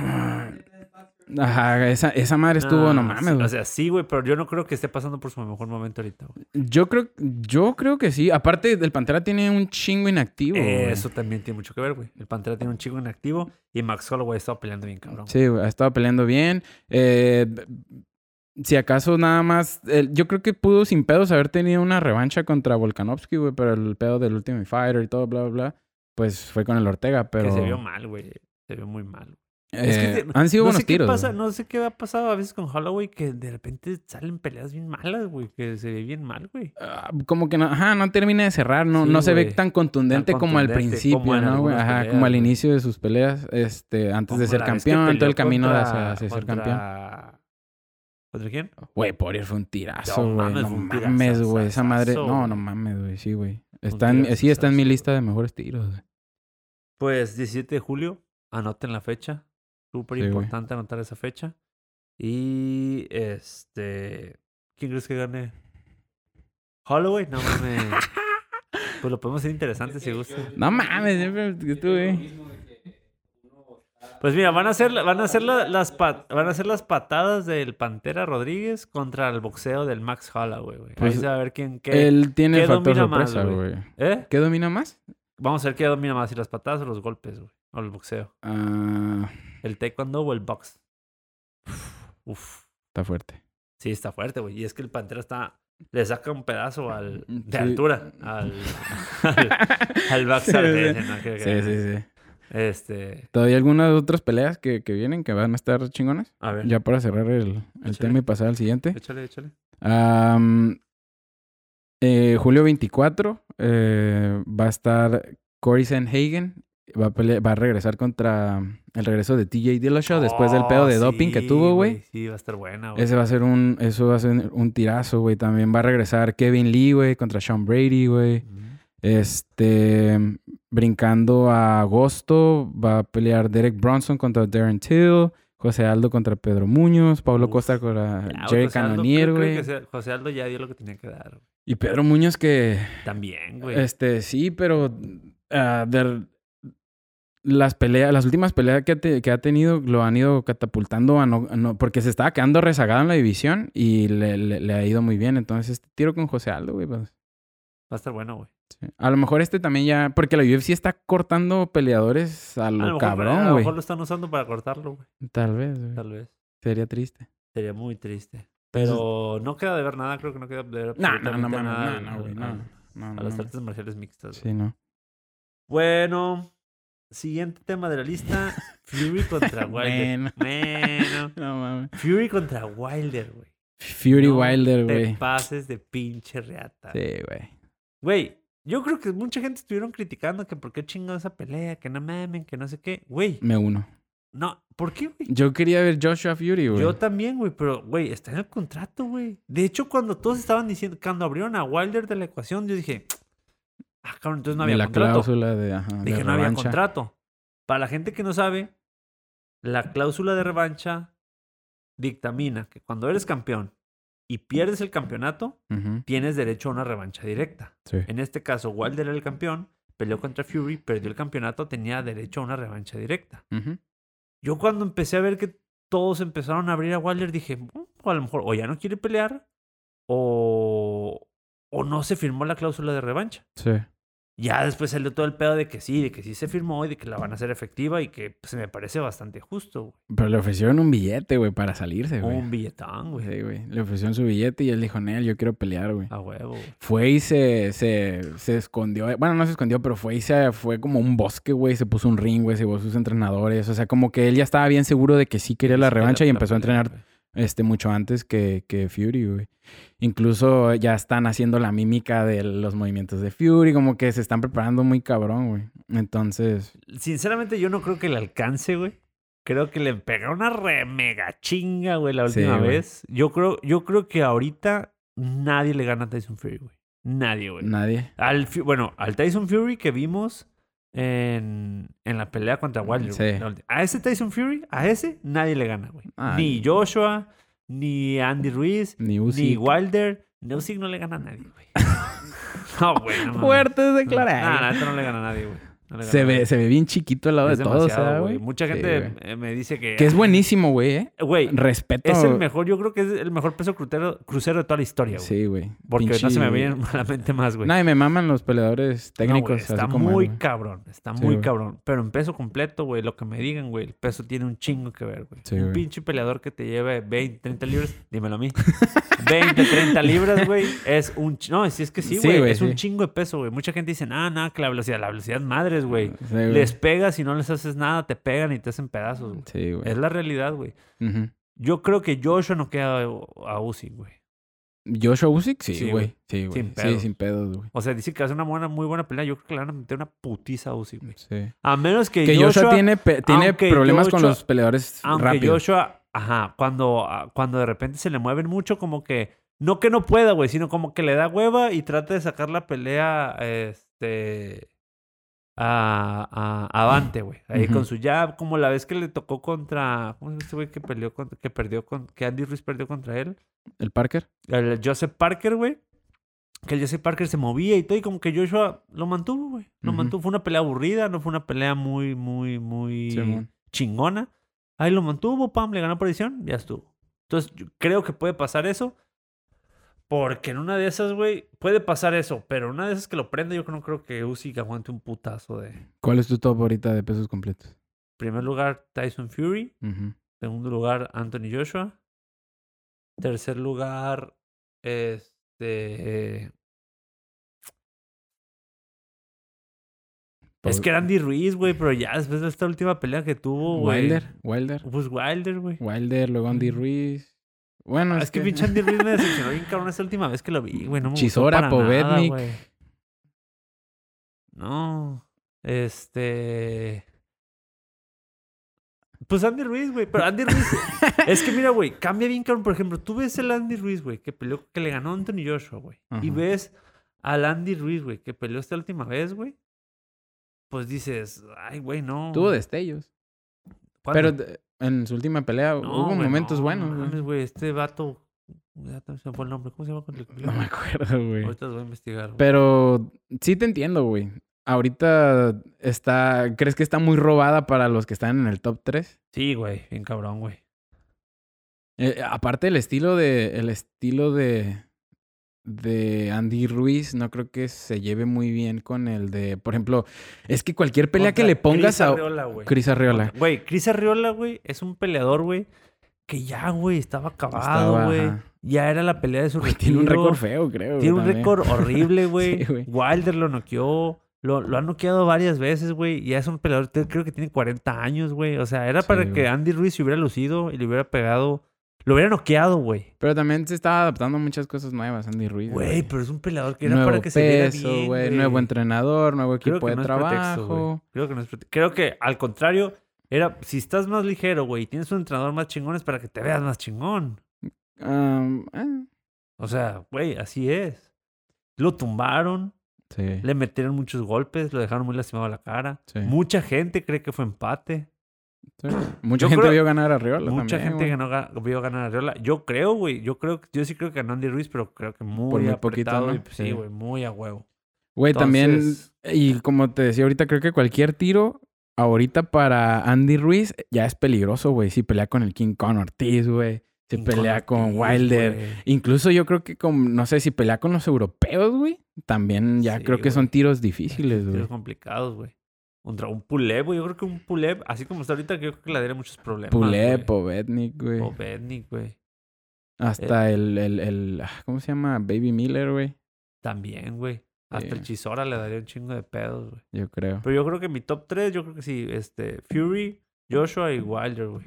[SPEAKER 3] Ajá, esa, esa madre estuvo,
[SPEAKER 2] Ah,
[SPEAKER 3] no
[SPEAKER 2] sí,
[SPEAKER 3] mames, güey.
[SPEAKER 2] O sea, sí, güey, pero yo no creo que esté pasando por su mejor momento ahorita, güey.
[SPEAKER 3] Yo creo, yo creo que sí. Aparte, el Pantera tiene un chingo inactivo. güey.
[SPEAKER 2] Eso también tiene mucho que ver, güey. El Pantera tiene un chico inactivo y Max Holloway ha estado peleando bien, cabrón.
[SPEAKER 3] Sí, güey, ha estado peleando bien. Eh, si acaso nada más, el- yo creo que pudo sin pedos haber tenido una revancha contra Volkanovski, güey, pero el pedo del Ultimate Fighter y todo, bla, bla, bla, pues fue con el Ortega, pero...
[SPEAKER 2] Que se vio mal, güey. Se vio muy mal. Es que
[SPEAKER 3] Eh,
[SPEAKER 2] te-
[SPEAKER 3] han sido
[SPEAKER 2] no
[SPEAKER 3] buenos
[SPEAKER 2] sé qué
[SPEAKER 3] tiros.
[SPEAKER 2] pasa-
[SPEAKER 3] güey.
[SPEAKER 2] no sé qué ha pasado a veces con Holloway que de repente salen peleas bien malas, güey. Que se ve bien mal, güey.
[SPEAKER 3] Ah, como que no, ajá, no termina de cerrar, no,
[SPEAKER 2] Sí,
[SPEAKER 3] no se ve
[SPEAKER 2] güey.
[SPEAKER 3] tan contundente,
[SPEAKER 2] Tan
[SPEAKER 3] como al
[SPEAKER 2] contundente,
[SPEAKER 3] principio,
[SPEAKER 2] como en
[SPEAKER 3] ¿no, güey?
[SPEAKER 2] algunas
[SPEAKER 3] Ajá,
[SPEAKER 2] peleas,
[SPEAKER 3] como al
[SPEAKER 2] güey.
[SPEAKER 3] inicio de sus peleas, este, antes de
[SPEAKER 2] Como
[SPEAKER 3] ser
[SPEAKER 2] la vez que
[SPEAKER 3] campeón, todo
[SPEAKER 2] peleó
[SPEAKER 3] el camino
[SPEAKER 2] contra-
[SPEAKER 3] hacia, hacia ser campeón.
[SPEAKER 2] contra- ¿Contra quién?
[SPEAKER 3] Güey, Poirier fue un tirazo,
[SPEAKER 2] No
[SPEAKER 3] güey.
[SPEAKER 2] mames,
[SPEAKER 3] No
[SPEAKER 2] fue un
[SPEAKER 3] mames, güey. Esa madre.
[SPEAKER 2] tirazazazo,
[SPEAKER 3] No,
[SPEAKER 2] güey.
[SPEAKER 3] no mames, güey. Sí, güey. Está en- sí, está en mi
[SPEAKER 2] tirazazazo,
[SPEAKER 3] lista de mejores tiros, güey.
[SPEAKER 2] Pues 17 de julio, anoten la fecha. Súper
[SPEAKER 3] Sí, güey.
[SPEAKER 2] importante anotar esa fecha. Y este. ¿Quién crees que gane? Holloway, no mames. pues lo podemos hacer interesante si gusta.
[SPEAKER 3] No mames, siempre estuve.
[SPEAKER 2] Pues mira, van a hacer, van a hacer la- las pa- van a hacer las patadas del Pantera Rodríguez contra el boxeo del Max Holloway, güey. Ahí
[SPEAKER 3] Pues,
[SPEAKER 2] se va a ver quién qué.
[SPEAKER 3] Él tiene
[SPEAKER 2] qué
[SPEAKER 3] el factor
[SPEAKER 2] domina más,
[SPEAKER 3] sorpresa,
[SPEAKER 2] güey?
[SPEAKER 3] güey.
[SPEAKER 2] ¿Eh?
[SPEAKER 3] ¿Qué domina más?
[SPEAKER 2] Vamos a ver qué domina más, si las patadas o los golpes, güey. O el boxeo.
[SPEAKER 3] Ah,
[SPEAKER 2] El taekwondo o el box. Uf.
[SPEAKER 3] está fuerte.
[SPEAKER 2] Sí, está fuerte, güey. Y es que el Pantera está... Le saca un pedazo al... de
[SPEAKER 3] Ah, mm, Sí.
[SPEAKER 2] altura. Al... al, al Max
[SPEAKER 3] Sí, sí.
[SPEAKER 2] Holloway, ¿no? Que-
[SPEAKER 3] Sí,
[SPEAKER 2] que-
[SPEAKER 3] sí, sí.
[SPEAKER 2] Este...
[SPEAKER 3] ¿Todavía algunas otras peleas que, que vienen que van a estar chingonas?
[SPEAKER 2] A ver.
[SPEAKER 3] Ya para cerrar el, el
[SPEAKER 2] Échale.
[SPEAKER 3] tema y pasar al siguiente.
[SPEAKER 2] Échale, échale.
[SPEAKER 3] Am, eh, julio 24 eh, va a estar Cory Sanhagen. Va a, pele- va a regresar contra el regreso de TJ Dillashaw después del pedo de
[SPEAKER 2] Oh,
[SPEAKER 3] doping que
[SPEAKER 2] sí,
[SPEAKER 3] tuvo, güey.
[SPEAKER 2] Sí, va a estar buena, güey.
[SPEAKER 3] Ese va a ser un, eso va a ser un tirazo, güey. También va a regresar Kevin Lee, güey, contra Sean Brady, güey.
[SPEAKER 2] Ujú.
[SPEAKER 3] Este, brincando a agosto, va a pelear Derek Bronson contra Darren Till, José Aldo contra Pedro Muñoz, Pablo
[SPEAKER 2] Uf.
[SPEAKER 3] Costa contra
[SPEAKER 2] Ya, güey,
[SPEAKER 3] Jerry
[SPEAKER 2] José Aldo,
[SPEAKER 3] Cannonier,
[SPEAKER 2] creo- creo
[SPEAKER 3] güey.
[SPEAKER 2] que se- José Aldo ya dio lo que tenía que dar. güey.
[SPEAKER 3] Y Pedro Muñoz que,
[SPEAKER 2] También, güey.
[SPEAKER 3] este, sí, pero ah, de- las peleas, las últimas peleas que, ha te- que ha tenido lo han ido catapultando a no, a no- porque se estaba quedando rezagado en la división y le, le- le ha ido muy bien. Entonces, este tiro con José Aldo, güey, pues,
[SPEAKER 2] Va a estar bueno, güey.
[SPEAKER 3] sí. A lo mejor este también ya, porque la UFC está cortando peleadores a lo,
[SPEAKER 2] A lo mejor- a
[SPEAKER 3] cabrón,
[SPEAKER 2] lo
[SPEAKER 3] güey.
[SPEAKER 2] mejor lo están usando para cortarlo, güey.
[SPEAKER 3] Tal vez, güey.
[SPEAKER 2] Tal vez.
[SPEAKER 3] Sería triste.
[SPEAKER 2] Sería muy triste. Pero no queda de ver nada, creo que no queda de ver
[SPEAKER 3] No, no, no,
[SPEAKER 2] absolutamente
[SPEAKER 3] mames, no,
[SPEAKER 2] nada
[SPEAKER 3] no,
[SPEAKER 2] al-
[SPEAKER 3] güey,
[SPEAKER 2] al-
[SPEAKER 3] no. No,
[SPEAKER 2] A
[SPEAKER 3] no,
[SPEAKER 2] las
[SPEAKER 3] no.
[SPEAKER 2] artes marciales mixtas. güey.
[SPEAKER 3] Sí, no.
[SPEAKER 2] Bueno, siguiente tema de la lista: Fury contra Wilder.
[SPEAKER 3] Bueno.
[SPEAKER 2] bueno,
[SPEAKER 3] No mames.
[SPEAKER 2] Fury contra Wilder, güey.
[SPEAKER 3] Fury
[SPEAKER 2] No
[SPEAKER 3] Wilder,
[SPEAKER 2] Te
[SPEAKER 3] güey.
[SPEAKER 2] pases de pinche reata.
[SPEAKER 3] Sí, güey.
[SPEAKER 2] Güey, yo creo que mucha gente estuvieron criticando que por qué chingado esa pelea, que no mamen, que no sé qué. Güey,
[SPEAKER 3] Me uno.
[SPEAKER 2] no, ¿por qué, güey?
[SPEAKER 3] Yo quería ver Joshua Fury, güey.
[SPEAKER 2] Yo también, güey, pero, güey, está en el contrato, güey. De hecho, cuando todos estaban diciendo, cuando abrieron a Wilder de la ecuación, yo dije, ah, cabrón, entonces no
[SPEAKER 3] De
[SPEAKER 2] había
[SPEAKER 3] la
[SPEAKER 2] contrato.
[SPEAKER 3] cláusula de, ajá, de
[SPEAKER 2] dije, no había
[SPEAKER 3] revancha.
[SPEAKER 2] contrato. Para la gente que no sabe, la cláusula de revancha dictamina que cuando eres campeón y pierdes el campeonato,
[SPEAKER 3] Ujú,
[SPEAKER 2] tienes derecho a una revancha directa.
[SPEAKER 3] sí.
[SPEAKER 2] En este caso, Wilder era el campeón, peleó contra Fury, perdió el campeonato, tenía derecho a una revancha directa.
[SPEAKER 3] Ujú.
[SPEAKER 2] Yo cuando empecé a ver que todos empezaron a abrir a Wilder, dije, "Mm, o a lo mejor o ya no quiere pelear o, o no se firmó la cláusula de revancha.
[SPEAKER 3] Sí.
[SPEAKER 2] Ya después salió todo el pedo de que sí, de que sí se firmó y de que la van a hacer efectiva y que pues, me parece bastante justo,
[SPEAKER 3] Pero le ofrecieron un billete, güey, para salirse,
[SPEAKER 2] güey.
[SPEAKER 3] güey.
[SPEAKER 2] Un billetón, Oh, güey.
[SPEAKER 3] Sí, güey. Le ofrecieron su billete y él dijo, Nel, yo quiero pelear, güey.
[SPEAKER 2] A huevo, güey.
[SPEAKER 3] Fue y se, se, se escondió. eh, Bueno, no se escondió, pero fue y se fue como un bosque, güey. Se puso un ring, güey. Se llevó a sus entrenadores. O sea, como que él ya estaba bien seguro de que sí quería la
[SPEAKER 2] Sí,
[SPEAKER 3] revancha y empezó a
[SPEAKER 2] pelea,
[SPEAKER 3] entrenar
[SPEAKER 2] güey.
[SPEAKER 3] este, mucho antes que, que Fury, güey. Incluso ya están haciendo la mímica de los movimientos de Fury, como que se están preparando muy cabrón, güey. Entonces,
[SPEAKER 2] Sinceramente, yo no creo que le alcance, güey. Creo que le pegó una re mega chinga, güey, la
[SPEAKER 3] Sí,
[SPEAKER 2] última
[SPEAKER 3] güey.
[SPEAKER 2] vez. Yo creo, yo creo que ahorita nadie le gana a Tyson Fury, güey. Nadie, güey.
[SPEAKER 3] nadie.
[SPEAKER 2] Al, Fu- bueno, al Tyson Fury que vimos en, en la pelea contra Wilder.
[SPEAKER 3] Mm, Sí.
[SPEAKER 2] güey, la ulti- A ese Tyson Fury, a ese nadie le gana, güey.
[SPEAKER 3] Ay.
[SPEAKER 2] Ni Joshua, ni Andy Ruiz,
[SPEAKER 3] Ni
[SPEAKER 2] ni
[SPEAKER 3] Uzi.
[SPEAKER 2] Wilder. No, sí, no le gana a nadie, güey. no, güey. no mames.
[SPEAKER 3] Fuertes
[SPEAKER 2] No, no,
[SPEAKER 3] declaraciones.
[SPEAKER 2] esto no le gana a nadie, güey. No le gana
[SPEAKER 3] eh. se,
[SPEAKER 2] a nadie.
[SPEAKER 3] ve, se ve bien chiquito al lado
[SPEAKER 2] Es
[SPEAKER 3] de todos, o sea,
[SPEAKER 2] demasiado,
[SPEAKER 3] güey.
[SPEAKER 2] Mucha
[SPEAKER 3] Sí,
[SPEAKER 2] gente
[SPEAKER 3] güey.
[SPEAKER 2] eh, me dice que...
[SPEAKER 3] Que es buenísimo, güey, ¿eh?
[SPEAKER 2] Güey,
[SPEAKER 3] Respeto.
[SPEAKER 2] es el mejor, yo creo que es el mejor peso crutero- crucero de toda la historia, güey.
[SPEAKER 3] Sí, güey.
[SPEAKER 2] Porque ahorita
[SPEAKER 3] Pinche-
[SPEAKER 2] se me vienen a la mente más, güey.
[SPEAKER 3] Nah, y me maman los peleadores
[SPEAKER 2] No, güey,
[SPEAKER 3] técnicos. así
[SPEAKER 2] está
[SPEAKER 3] como él,
[SPEAKER 2] muy
[SPEAKER 3] güey.
[SPEAKER 2] cabrón, está
[SPEAKER 3] Sí,
[SPEAKER 2] muy
[SPEAKER 3] güey.
[SPEAKER 2] cabrón. Pero en peso completo, güey, lo que me digan, güey, el peso tiene un chingo que ver, güey.
[SPEAKER 3] Sí,
[SPEAKER 2] un
[SPEAKER 3] güey.
[SPEAKER 2] pinche peleador que te lleve 20, 30 libras, dímelo a mí. 20, 30 libras, güey, es un... ch- No, si es que sí,
[SPEAKER 3] Sí,
[SPEAKER 2] güey,
[SPEAKER 3] güey,
[SPEAKER 2] es un
[SPEAKER 3] sí.
[SPEAKER 2] chingo de peso, güey. Mucha gente dice, ah, nada, que la velocidad, la velocidad madre, madres, güey.
[SPEAKER 3] Sí, güey.
[SPEAKER 2] Les pegas y no les haces nada, te pegan y te hacen pedazos. güey.
[SPEAKER 3] Sí, güey.
[SPEAKER 2] Es la realidad, güey.
[SPEAKER 3] Ujú.
[SPEAKER 2] Yo creo que Joshua no queda a Uzi, güey.
[SPEAKER 3] Joshua Usyk,
[SPEAKER 2] Sí,
[SPEAKER 3] sí,
[SPEAKER 2] güey.
[SPEAKER 3] güey. Sí, güey.
[SPEAKER 2] Sin
[SPEAKER 3] Sí,
[SPEAKER 2] pedos.
[SPEAKER 3] sin pedos, güey.
[SPEAKER 2] O sea, dice que hace una buena, muy buena pelea. Yo creo que le van a meter una putiza a Uzi, güey.
[SPEAKER 3] Sí.
[SPEAKER 2] A menos que,
[SPEAKER 3] Que Joshua, tiene, pe- tiene
[SPEAKER 2] aunque
[SPEAKER 3] problemas con
[SPEAKER 2] Joshua-
[SPEAKER 3] los peleadores
[SPEAKER 2] Aunque
[SPEAKER 3] rápidos.
[SPEAKER 2] Joshua, ajá, cuando, ah, cuando de repente se le mueven mucho, como que. No que no pueda, güey, sino como que le da hueva y trata de sacar la pelea, este. A, a- avante, güey. Ahí
[SPEAKER 3] Ujú.
[SPEAKER 2] con su jab, como la vez que le tocó contra. ¿Cómo se llama este güey que peleó con- que perdió con. que Andy Ruiz perdió contra él?
[SPEAKER 3] ¿El Parker?
[SPEAKER 2] El Joseph Parker, güey. Que el Joseph Parker se movía y todo, y como que Joshua lo mantuvo, güey. Lo
[SPEAKER 3] Ujú.
[SPEAKER 2] mantuvo. Fue una pelea aburrida, no fue una pelea muy, muy, muy
[SPEAKER 3] Simón.
[SPEAKER 2] chingona. Ahí lo mantuvo, pam, le ganó por decisión, ya estuvo. Entonces, yo creo que puede pasar eso. Porque en una de esas, güey, puede pasar eso, pero en una de esas que lo prenda, yo no creo que Usyk aguante un putazo de. En
[SPEAKER 3] ¿Cuál es tu top ahorita de pesos completos?
[SPEAKER 2] primer lugar, Tyson Fury.
[SPEAKER 3] Ujú.
[SPEAKER 2] Segundo lugar, Anthony Joshua. Tercer lugar, este. Es
[SPEAKER 3] Por-
[SPEAKER 2] que era Andy Ruiz, güey, pero ya después de esta última pelea que tuvo, güey.
[SPEAKER 3] Wilder, Wilder,
[SPEAKER 2] Pues Wilder, güey.
[SPEAKER 3] Wilder, luego Andy Ruiz. Bueno,
[SPEAKER 2] Ah, es que pinche Andy Ruiz me decepcionó bien cabrón esa última vez que lo vi, güey. No me gustó
[SPEAKER 3] Chisora,
[SPEAKER 2] para nada,
[SPEAKER 3] Povetnik.
[SPEAKER 2] güey. No. Este. Pues Andy Ruiz, güey. Pero Andy Ruiz. es que mira, güey, cambia bien cabrón. Por ejemplo, tú ves el Andy Ruiz, güey, que peleó, que le ganó a Anthony Joshua, güey. Y
[SPEAKER 3] Ajá.
[SPEAKER 2] ves al Andy Ruiz, güey, que peleó esta última vez, güey. Pues dices, ay, güey, no.
[SPEAKER 3] Tuvo destellos.
[SPEAKER 2] ¿Cuándo?
[SPEAKER 3] Pero de- en su última pelea
[SPEAKER 2] No,
[SPEAKER 3] hubo
[SPEAKER 2] güey,
[SPEAKER 3] momentos
[SPEAKER 2] no,
[SPEAKER 3] buenos.
[SPEAKER 2] No
[SPEAKER 3] güey.
[SPEAKER 2] mames, güey, este vato. Ya también se me fue el nombre. ¿Cómo se llama? con el que
[SPEAKER 3] No
[SPEAKER 2] peleó?
[SPEAKER 3] me acuerdo, güey.
[SPEAKER 2] Ahorita los voy a investigar. güey.
[SPEAKER 3] Pero sí te entiendo, güey. Ahorita está. ¿Crees que está muy robada para los que están en el top 3?
[SPEAKER 2] Sí, güey, bien cabrón, güey.
[SPEAKER 3] Eh, aparte el estilo de. El estilo de. De Andy Ruiz, no creo que se lleve muy bien con el de. Por ejemplo, es que cualquier pelea que
[SPEAKER 2] Contra
[SPEAKER 3] le pongas
[SPEAKER 2] Chris
[SPEAKER 3] a.
[SPEAKER 2] Arreola, güey.
[SPEAKER 3] Chris Arreola.
[SPEAKER 2] Contra- Güey, Chris Arriola, güey, es un peleador, güey, que ya, güey, estaba acabado,
[SPEAKER 3] Estaba,
[SPEAKER 2] güey.
[SPEAKER 3] ajá.
[SPEAKER 2] Ya era la pelea de su
[SPEAKER 3] Güey, tiene un
[SPEAKER 2] retiro.
[SPEAKER 3] récord feo, creo.
[SPEAKER 2] Tiene un
[SPEAKER 3] también.
[SPEAKER 2] récord horrible, güey.
[SPEAKER 3] Sí, güey.
[SPEAKER 2] Wilder lo noqueó. Lo, lo ha noqueado varias veces, güey. Ya es un peleador, te- creo que tiene 40 años, güey. O sea, era
[SPEAKER 3] Sí,
[SPEAKER 2] para que
[SPEAKER 3] güey.
[SPEAKER 2] Andy Ruiz se hubiera lucido y le hubiera pegado. Lo hubiera noqueado, güey.
[SPEAKER 3] Pero también se estaba adaptando a muchas cosas nuevas, Andy Ruiz.
[SPEAKER 2] Güey, pero es un peleador que era
[SPEAKER 3] nuevo
[SPEAKER 2] para que se
[SPEAKER 3] peso,
[SPEAKER 2] viera bien,
[SPEAKER 3] güey. Nuevo entrenador, nuevo
[SPEAKER 2] Creo
[SPEAKER 3] equipo
[SPEAKER 2] que
[SPEAKER 3] de
[SPEAKER 2] no es
[SPEAKER 3] trabajo.
[SPEAKER 2] pretexto, güey. Creo que no es prete- Creo que al contrario, era si estás más ligero, güey, y tienes un entrenador más chingón es para que te veas más chingón.
[SPEAKER 3] Am, ah,
[SPEAKER 2] O sea, güey, así es. Lo tumbaron,
[SPEAKER 3] sí.
[SPEAKER 2] le metieron muchos golpes, lo dejaron muy lastimado a la cara.
[SPEAKER 3] Sí.
[SPEAKER 2] Mucha gente cree que fue empate.
[SPEAKER 3] sí. Mucha
[SPEAKER 2] Yo
[SPEAKER 3] gente
[SPEAKER 2] creo-
[SPEAKER 3] vio ganar a Riola.
[SPEAKER 2] Mucha gente que no ga- vio ganar a Arriola. Yo creo, güey, yo creo, yo sí creo que ganó Andy Ruiz, pero creo que muy,
[SPEAKER 3] muy poquito,
[SPEAKER 2] apretado.
[SPEAKER 3] ¿no?
[SPEAKER 2] y- pues, sí,
[SPEAKER 3] Sí.
[SPEAKER 2] güey, muy a huevo.
[SPEAKER 3] Güey, también.
[SPEAKER 2] Entonces-
[SPEAKER 3] Y como te decía ahorita, creo que cualquier tiro. Ahorita para Andy Ruiz ya es peligroso, güey. Si pelea con el King Kong Ortiz, güey. Si
[SPEAKER 2] King
[SPEAKER 3] pelea
[SPEAKER 2] Ortiz,
[SPEAKER 3] con Wilder.
[SPEAKER 2] güey.
[SPEAKER 3] Incluso yo creo que con, no sé, si pelea con los europeos, güey, también ya
[SPEAKER 2] Sí,
[SPEAKER 3] creo que
[SPEAKER 2] güey.
[SPEAKER 3] son tiros difíciles,
[SPEAKER 2] Tiros
[SPEAKER 3] güey.
[SPEAKER 2] complicados, güey. Contra un Pulev, güey. Yo creo que un Pulev, así como está ahorita, que yo creo que le daría muchos problemas.
[SPEAKER 3] Pulé,
[SPEAKER 2] güey.
[SPEAKER 3] Povetnik, güey.
[SPEAKER 2] Povetnik, güey.
[SPEAKER 3] Hasta el, el, el, ah, ¿cómo se llama? Baby Miller, güey.
[SPEAKER 2] También, güey. Hasta el
[SPEAKER 3] Sí.
[SPEAKER 2] Chisora le daría un chingo de pedos, güey.
[SPEAKER 3] Yo creo.
[SPEAKER 2] Pero yo creo que mi top 3, yo creo que sí, este, Fury, Joshua y Wilder, güey.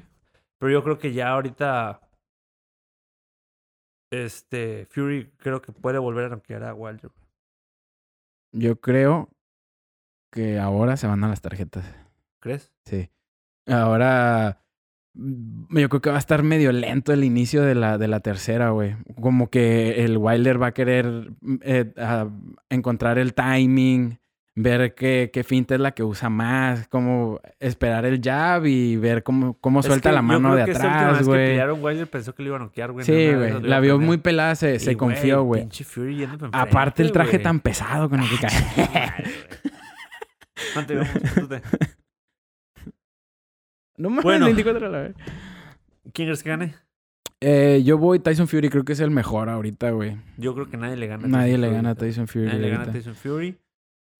[SPEAKER 2] Pero yo creo que ya ahorita, este, Fury creo que puede volver a noquear a Wilder, güey.
[SPEAKER 3] Yo creo que ahora se van a las tarjetas.
[SPEAKER 2] ¿Crees?
[SPEAKER 3] Sí. Ahora, mm, yo creo que va a estar medio lento el inicio de la, de la tercera, güey. Como que el Wilder va a querer mm, eh, a encontrar el timing, ver qué, qué finta es la que usa más, cómo esperar el jab y ver cómo, cómo
[SPEAKER 2] Es
[SPEAKER 3] suelta
[SPEAKER 2] que
[SPEAKER 3] la
[SPEAKER 2] yo
[SPEAKER 3] mano
[SPEAKER 2] creo
[SPEAKER 3] de
[SPEAKER 2] que esa última
[SPEAKER 3] atrás,
[SPEAKER 2] vez que
[SPEAKER 3] güey.
[SPEAKER 2] pelearon Wilder pensó que le iba a noquear, güey. en una
[SPEAKER 3] Sí,
[SPEAKER 2] de
[SPEAKER 3] güey.
[SPEAKER 2] esas lo iba
[SPEAKER 3] La
[SPEAKER 2] a
[SPEAKER 3] vio
[SPEAKER 2] prender.
[SPEAKER 3] muy pelada, se, se
[SPEAKER 2] Y,
[SPEAKER 3] confió, güey.
[SPEAKER 2] pinche Fury yendo pa' enfrente,
[SPEAKER 3] Aparte el traje
[SPEAKER 2] güey.
[SPEAKER 3] tan pesado con el que cae.
[SPEAKER 2] No te veo mucho, tú te-
[SPEAKER 3] No mames,
[SPEAKER 2] Bueno.
[SPEAKER 3] 24 a la vez.
[SPEAKER 2] ¿Quién crees que gane?
[SPEAKER 3] Eh, yo voy Tyson Fury, creo que es el mejor ahorita, güey.
[SPEAKER 2] Yo creo que nadie le gana. a
[SPEAKER 3] Nadie
[SPEAKER 2] Tyson
[SPEAKER 3] le
[SPEAKER 2] Fury
[SPEAKER 3] gana a
[SPEAKER 2] ahorita.
[SPEAKER 3] Tyson Fury.
[SPEAKER 2] Nadie le gana a
[SPEAKER 3] ahorita.
[SPEAKER 2] Tyson Fury.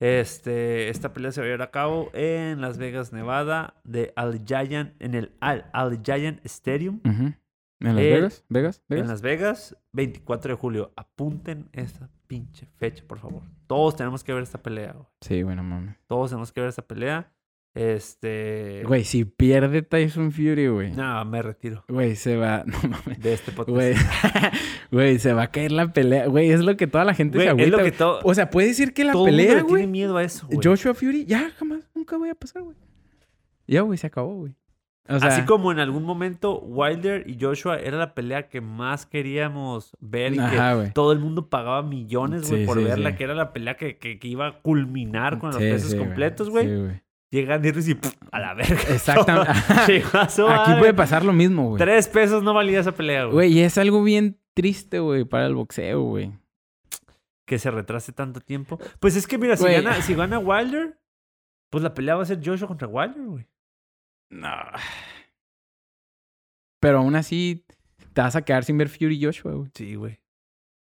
[SPEAKER 2] Este, esta pelea se va a llevar a cabo en Las Vegas, Nevada, de Al Giant, en el Al, Al Giant Stadium.
[SPEAKER 3] Ujú. ¿En Las
[SPEAKER 2] El-
[SPEAKER 3] Vegas? ¿Vegas?
[SPEAKER 2] Eh, En
[SPEAKER 3] ¿Vegas?
[SPEAKER 2] Las Vegas, 24 de julio. Apunten esa pinche fecha, por favor. Todos tenemos que ver esta pelea, güey.
[SPEAKER 3] Sí, bueno, mames.
[SPEAKER 2] Todos tenemos que ver esa pelea. Este.
[SPEAKER 3] Güey, si pierde Tyson Fury, güey.
[SPEAKER 2] No, me retiro
[SPEAKER 3] Güey, se va. No mames.
[SPEAKER 2] de este podcast.
[SPEAKER 3] Güey. Güey, se va a caer la pelea. Güey, es lo que toda la gente
[SPEAKER 2] Güey,
[SPEAKER 3] se
[SPEAKER 2] es
[SPEAKER 3] agüita.
[SPEAKER 2] lo que
[SPEAKER 3] güey.
[SPEAKER 2] todo.
[SPEAKER 3] O sea, puede decir que la
[SPEAKER 2] todo mundo
[SPEAKER 3] pelea,
[SPEAKER 2] le
[SPEAKER 3] güey.
[SPEAKER 2] tiene miedo a eso, güey.
[SPEAKER 3] Joshua Fury, ya jamás, nunca voy a pasar, güey. Ya, güey, se acabó, güey. O sea,
[SPEAKER 2] Así como en algún momento Wilder y Joshua era la pelea que más queríamos ver y
[SPEAKER 3] Ajá,
[SPEAKER 2] que
[SPEAKER 3] güey.
[SPEAKER 2] todo el mundo pagaba millones, güey,
[SPEAKER 3] Sí,
[SPEAKER 2] por
[SPEAKER 3] sí,
[SPEAKER 2] verla,
[SPEAKER 3] sí.
[SPEAKER 2] que era la pelea que, que- que iba a culminar con los
[SPEAKER 3] Sí,
[SPEAKER 2] pesos
[SPEAKER 3] sí,
[SPEAKER 2] completos, güey.
[SPEAKER 3] Sí, güey.
[SPEAKER 2] Llega Andrés y ¡pum! a la verga.
[SPEAKER 3] Exactamente.
[SPEAKER 2] Chingazo,
[SPEAKER 3] Aquí
[SPEAKER 2] madre.
[SPEAKER 3] puede pasar lo mismo, güey.
[SPEAKER 2] Tres pesos no valía esa pelea, güey.
[SPEAKER 3] Güey, y es algo bien triste, güey, para el boxeo, güey.
[SPEAKER 2] Que se retrase tanto tiempo. Pues es que, mira, si
[SPEAKER 3] Güey.
[SPEAKER 2] gana, si gana Wilder, pues la pelea va a ser Joshua contra Wilder, güey.
[SPEAKER 3] No. Pero aún así, te vas a quedar sin ver Fury y Joshua, güey.
[SPEAKER 2] Sí, güey.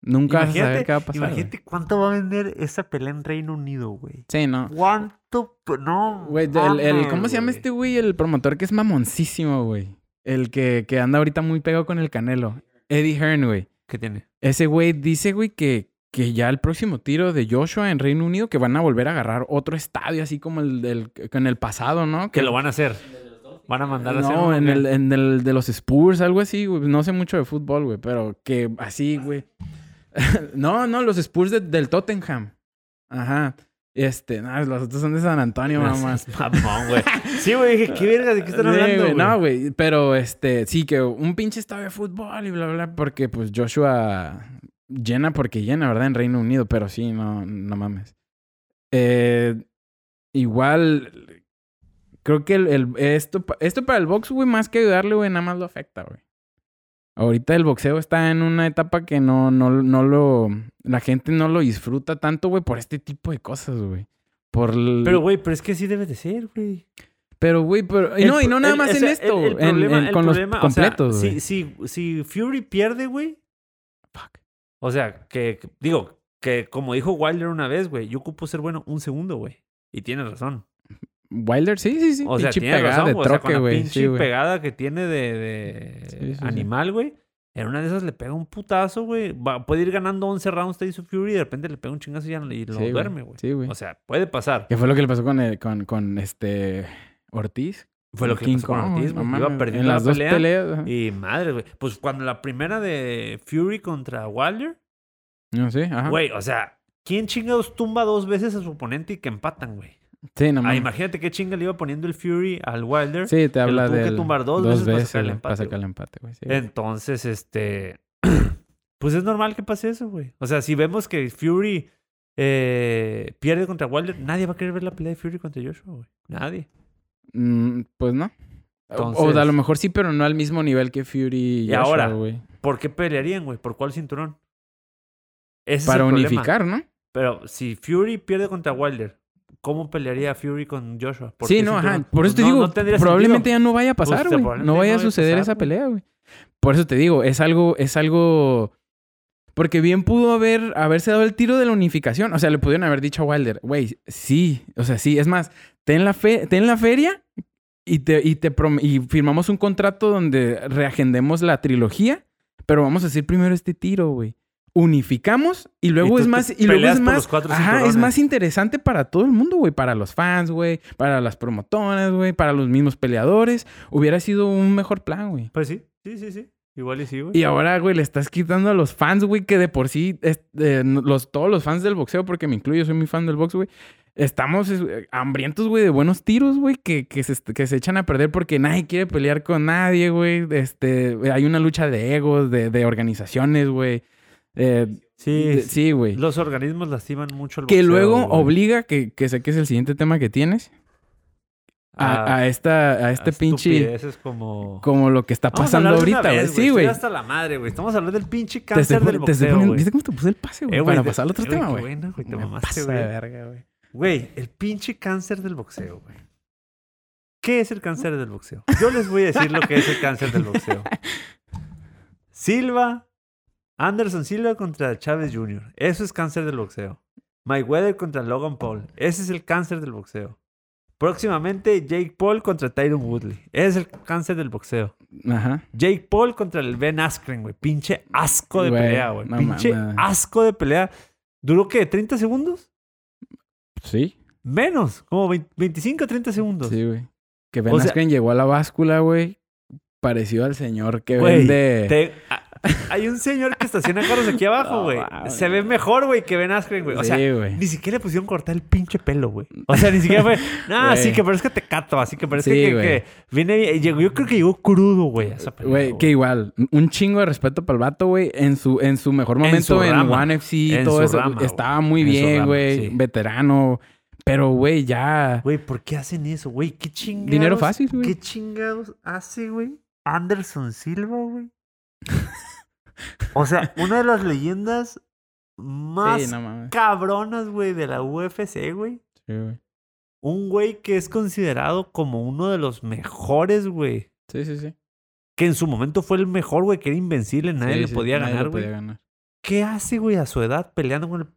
[SPEAKER 3] Nunca vas a
[SPEAKER 2] Imagínate,
[SPEAKER 3] saber qué va a pasar. güey.
[SPEAKER 2] imagínate cuánto va a vender esa pelea en Reino Unido, güey.
[SPEAKER 3] Sí, no.
[SPEAKER 2] ¿Cuánto? p- No.
[SPEAKER 3] Güey, el, el-
[SPEAKER 2] mames,
[SPEAKER 3] ¿cómo se llama
[SPEAKER 2] güey.
[SPEAKER 3] este güey? El promotor que es mamoncísimo, güey. El que, que anda ahorita muy pegado con el canelo. Eddie Hearn, güey.
[SPEAKER 2] ¿Qué tiene?
[SPEAKER 3] Ese güey dice, güey, que, que ya el próximo tiro de Joshua en Reino Unido, que van a volver a agarrar otro estadio, así como el del en el pasado, ¿no?
[SPEAKER 2] Que lo van a hacer. Van a mandar a hacer.
[SPEAKER 3] No,
[SPEAKER 2] uno
[SPEAKER 3] en
[SPEAKER 2] que-
[SPEAKER 3] el, en el de los Spurs, algo así, güey. No sé mucho de fútbol, güey, pero que así, güey. no, no, los Spurs de- del Tottenham. Ajá. Este, no, los otros son de San Antonio,
[SPEAKER 2] No
[SPEAKER 3] mamá.
[SPEAKER 2] seas mamón, güey. Sí, güey, dije, ¿qué verga? ¿De qué están
[SPEAKER 3] Sí,
[SPEAKER 2] hablando? güey?
[SPEAKER 3] güey, No, güey, pero este, sí, que un pinche estadio de fútbol y bla, bla, bla, porque pues Joshua llena porque llena, ¿verdad? En Reino Unido, pero sí, no, no mames. Eh, igual, creo que el, el- esto, pa- esto para el box, güey, más que ayudarle, güey, nada más lo afecta, güey. Ahorita el boxeo está en una etapa que no, no, no lo... La gente no lo disfruta tanto, güey, por este tipo de cosas, güey. Por el-
[SPEAKER 2] Pero, güey, pero es que sí debe de ser, güey.
[SPEAKER 3] pero, güey, pero... Y
[SPEAKER 2] El
[SPEAKER 3] no, y
[SPEAKER 2] pro-
[SPEAKER 3] no nada
[SPEAKER 2] el-
[SPEAKER 3] más
[SPEAKER 2] o
[SPEAKER 3] en
[SPEAKER 2] sea,
[SPEAKER 3] esto.
[SPEAKER 2] el- el
[SPEAKER 3] en-
[SPEAKER 2] problema-
[SPEAKER 3] en-
[SPEAKER 2] el
[SPEAKER 3] con
[SPEAKER 2] problema, o
[SPEAKER 3] los
[SPEAKER 2] sea,
[SPEAKER 3] completos, güey.
[SPEAKER 2] si, si, si Fury pierde, güey.
[SPEAKER 3] Fuck.
[SPEAKER 2] O sea, que, que- digo, que como dijo Wilder una vez, güey, yo ocupo ser bueno un segundo, güey. Y tiene razón.
[SPEAKER 3] Wilder, sí, sí, sí.
[SPEAKER 2] O sea,
[SPEAKER 3] pinche
[SPEAKER 2] tiene razón,
[SPEAKER 3] de
[SPEAKER 2] güey. O sea, con
[SPEAKER 3] troque,
[SPEAKER 2] la
[SPEAKER 3] güey.
[SPEAKER 2] pinche
[SPEAKER 3] sí, güey.
[SPEAKER 2] pegada que tiene de, de
[SPEAKER 3] Sí, sí, sí.
[SPEAKER 2] animal, güey. En una de esas le pega un putazo, güey. Va- Puede ir ganando 11 rounds Tyson Fury y de repente le pega un chingazo y, ya no- y lo
[SPEAKER 3] Sí, güey.
[SPEAKER 2] duerme, güey.
[SPEAKER 3] Sí, güey.
[SPEAKER 2] O sea, puede pasar.
[SPEAKER 3] ¿Qué fue lo que le pasó con, el- con, con este Ortiz?
[SPEAKER 2] Fue lo que le
[SPEAKER 3] King
[SPEAKER 2] pasó con
[SPEAKER 3] Kong,
[SPEAKER 2] Ortiz,
[SPEAKER 3] no
[SPEAKER 2] güey.
[SPEAKER 3] mames,
[SPEAKER 2] Iba perdiendo
[SPEAKER 3] En
[SPEAKER 2] la
[SPEAKER 3] las dos
[SPEAKER 2] pelea.
[SPEAKER 3] peleas. ajá.
[SPEAKER 2] Y madre, güey. Pues cuando la primera de Fury contra Wilder,
[SPEAKER 3] No, sí, ajá.
[SPEAKER 2] güey, o sea, ¿quién chingados tumba dos veces a su oponente y que empatan, güey?
[SPEAKER 3] Sí, no
[SPEAKER 2] Ah,
[SPEAKER 3] mames.
[SPEAKER 2] imagínate qué chinga le iba poniendo el Fury al Wilder.
[SPEAKER 3] Sí, te
[SPEAKER 2] lo
[SPEAKER 3] habla
[SPEAKER 2] tuvo que
[SPEAKER 3] de.
[SPEAKER 2] tumbar dos veces para sacar el empate,
[SPEAKER 3] Para sacar el empate, güey. sí, güey.
[SPEAKER 2] Entonces, este. Pues es normal que pase eso, güey. O sea, si vemos que Fury eh, pierde contra Wilder, nadie va a querer ver la pelea de Fury contra Joshua, güey. Nadie.
[SPEAKER 3] Mm, pues no. O- o
[SPEAKER 2] Entonces-
[SPEAKER 3] a lo mejor sí, pero no al mismo nivel que Fury y,
[SPEAKER 2] Y
[SPEAKER 3] Joshua,
[SPEAKER 2] ahora,
[SPEAKER 3] güey.
[SPEAKER 2] ¿Por qué pelearían, güey? ¿Por cuál cinturón? Ese es
[SPEAKER 3] Para
[SPEAKER 2] el problema.
[SPEAKER 3] unificar, ¿no?
[SPEAKER 2] Pero si Fury pierde contra Wilder, ¿cómo pelearía Fury con Joshua? ¿Por
[SPEAKER 3] Sí,
[SPEAKER 2] qué
[SPEAKER 3] no, ajá.
[SPEAKER 2] cinturón?
[SPEAKER 3] Por eso te
[SPEAKER 2] No-
[SPEAKER 3] digo,
[SPEAKER 2] no tendría
[SPEAKER 3] probablemente
[SPEAKER 2] sentido.
[SPEAKER 3] ya no vaya a pasar,
[SPEAKER 2] Pues,
[SPEAKER 3] güey.
[SPEAKER 2] probablemente
[SPEAKER 3] no
[SPEAKER 2] no
[SPEAKER 3] vaya a
[SPEAKER 2] vaya a
[SPEAKER 3] suceder
[SPEAKER 2] pasar,
[SPEAKER 3] esa
[SPEAKER 2] güey.
[SPEAKER 3] pelea, güey. Por eso te digo, es algo, es algo. Porque bien pudo haber, haberse dado el tiro de la unificación. O sea, le pudieron haber dicho a Wilder, güey, sí. O sea, sí. Es más, ten la, fe, ten la feria y, te, y, te prom- y firmamos un contrato donde reagendemos la trilogía. Pero vamos a hacer primero este tiro, güey. Unificamos y luego
[SPEAKER 2] tú
[SPEAKER 3] es
[SPEAKER 2] te
[SPEAKER 3] más. Y luego
[SPEAKER 2] peleas
[SPEAKER 3] es
[SPEAKER 2] por
[SPEAKER 3] más.
[SPEAKER 2] los cuatro
[SPEAKER 3] Ajá, es
[SPEAKER 2] cinturones.
[SPEAKER 3] más interesante para todo el mundo, güey. Para los fans, güey. Para las promotoras, güey. Para los mismos peleadores. Hubiera sido un mejor plan, güey.
[SPEAKER 2] Pues sí, sí, sí, sí. Igual y sí, güey.
[SPEAKER 3] Y ahora, güey, le estás quitando a los fans, güey, que de por sí, este, eh, no- los, todos los fans del boxeo, porque me incluyo, soy muy fan del box, güey. Estamos es- eh, hambrientos, güey, de buenos tiros, güey, que, que, se, est- que se echan a perder porque nadie quiere pelear con nadie, güey. Este, hay una lucha de egos, de, de organizaciones, güey. Eh,
[SPEAKER 2] sí,
[SPEAKER 3] de-
[SPEAKER 2] sí.
[SPEAKER 3] sí, güey.
[SPEAKER 2] Los organismos lastiman mucho al
[SPEAKER 3] Que
[SPEAKER 2] boxeo,
[SPEAKER 3] luego
[SPEAKER 2] güey.
[SPEAKER 3] obliga, que, que sé que es el siguiente tema que tienes, a,
[SPEAKER 2] Ah,
[SPEAKER 3] a esta, a este pinche,
[SPEAKER 2] estupideces como...
[SPEAKER 3] como lo que está
[SPEAKER 2] Vamos a
[SPEAKER 3] pasando
[SPEAKER 2] hablar de una
[SPEAKER 3] ahorita, güey.
[SPEAKER 2] vez,
[SPEAKER 3] Sí,
[SPEAKER 2] Estoy
[SPEAKER 3] güey.
[SPEAKER 2] hasta la madre, güey. Estamos hablando del pinche
[SPEAKER 3] Te estoy
[SPEAKER 2] cáncer del
[SPEAKER 3] poni- te estoy
[SPEAKER 2] boxeo,
[SPEAKER 3] poni-
[SPEAKER 2] güey.
[SPEAKER 3] ¿Viste cómo te puse el pase, güey?
[SPEAKER 2] Eh,
[SPEAKER 3] para
[SPEAKER 2] de-
[SPEAKER 3] pasar al otro
[SPEAKER 2] eh,
[SPEAKER 3] tema,
[SPEAKER 2] qué
[SPEAKER 3] güey.
[SPEAKER 2] buena, güey. Te
[SPEAKER 3] Me
[SPEAKER 2] mamaste,
[SPEAKER 3] pasa de
[SPEAKER 2] güey.
[SPEAKER 3] verga, güey.
[SPEAKER 2] Güey, el pinche cáncer del boxeo, güey. ¿Qué es el cáncer del boxeo? Yo les voy a decir lo que es el cáncer del boxeo. Silva, Anderson Silva contra Chávez Jr. Eso es cáncer del boxeo. Mayweather contra Logan Paul. Ese es el cáncer del boxeo. Próximamente Jake Paul contra Tyron Woodley. Ese es el cáncer del boxeo.
[SPEAKER 3] Ajá.
[SPEAKER 2] Jake Paul contra el Ben Askren, güey. Pinche asco de
[SPEAKER 3] Güey,
[SPEAKER 2] pelea, güey.
[SPEAKER 3] no
[SPEAKER 2] Pinche
[SPEAKER 3] mames.
[SPEAKER 2] asco de pelea. ¿Duró qué? ¿30 segundos?
[SPEAKER 3] Sí.
[SPEAKER 2] Menos, como 20 25, 30 segundos.
[SPEAKER 3] Sí, güey. Que Ben
[SPEAKER 2] O sea-
[SPEAKER 3] Askren llegó a la báscula, güey. Parecido al señor que
[SPEAKER 2] Güey,
[SPEAKER 3] vende.
[SPEAKER 2] Te- a- hay un señor que estaciona carros aquí abajo,
[SPEAKER 3] No,
[SPEAKER 2] güey.
[SPEAKER 3] mames.
[SPEAKER 2] Se ve mejor, güey, que Ben Askren, güey. O sea,
[SPEAKER 3] sí, güey.
[SPEAKER 2] ni siquiera le pusieron cortar el pinche pelo, güey. O sea, ni siquiera fue. No,
[SPEAKER 3] Güey.
[SPEAKER 2] sí que parece que te cato, así que parece
[SPEAKER 3] Sí,
[SPEAKER 2] que,
[SPEAKER 3] güey.
[SPEAKER 2] que viene. bien. Llegó, yo creo que llegó crudo, güey, a esa pelea,
[SPEAKER 3] Güey,
[SPEAKER 2] güey.
[SPEAKER 3] que igual, un chingo de respeto para el vato, güey, en su, en su mejor momento
[SPEAKER 2] su
[SPEAKER 3] en,
[SPEAKER 2] rama.
[SPEAKER 3] One FC y
[SPEAKER 2] En
[SPEAKER 3] todo
[SPEAKER 2] su
[SPEAKER 3] eso.
[SPEAKER 2] rama, güey.
[SPEAKER 3] estaba muy
[SPEAKER 2] En su
[SPEAKER 3] bien,
[SPEAKER 2] rama,
[SPEAKER 3] güey,
[SPEAKER 2] sí.
[SPEAKER 3] veterano. Pero, güey, ya.
[SPEAKER 2] Güey, ¿por qué hacen eso, güey? ¿Qué chingados?
[SPEAKER 3] Dinero fácil, güey.
[SPEAKER 2] ¿Qué chingados hace, güey? Anderson Silva, güey. o sea, una de las leyendas más
[SPEAKER 3] Sí, no mames.
[SPEAKER 2] cabronas, güey, de la UFC, güey.
[SPEAKER 3] Sí, güey.
[SPEAKER 2] Un güey que es considerado como uno de los mejores, güey.
[SPEAKER 3] Sí, sí, sí.
[SPEAKER 2] Que en su momento fue el mejor, güey, que era invencible, nadie
[SPEAKER 3] Sí,
[SPEAKER 2] le
[SPEAKER 3] sí,
[SPEAKER 2] podía
[SPEAKER 3] nadie le
[SPEAKER 2] ganar, güey.
[SPEAKER 3] podía ganar.
[SPEAKER 2] ¿Qué hace, güey, a su edad peleando con el.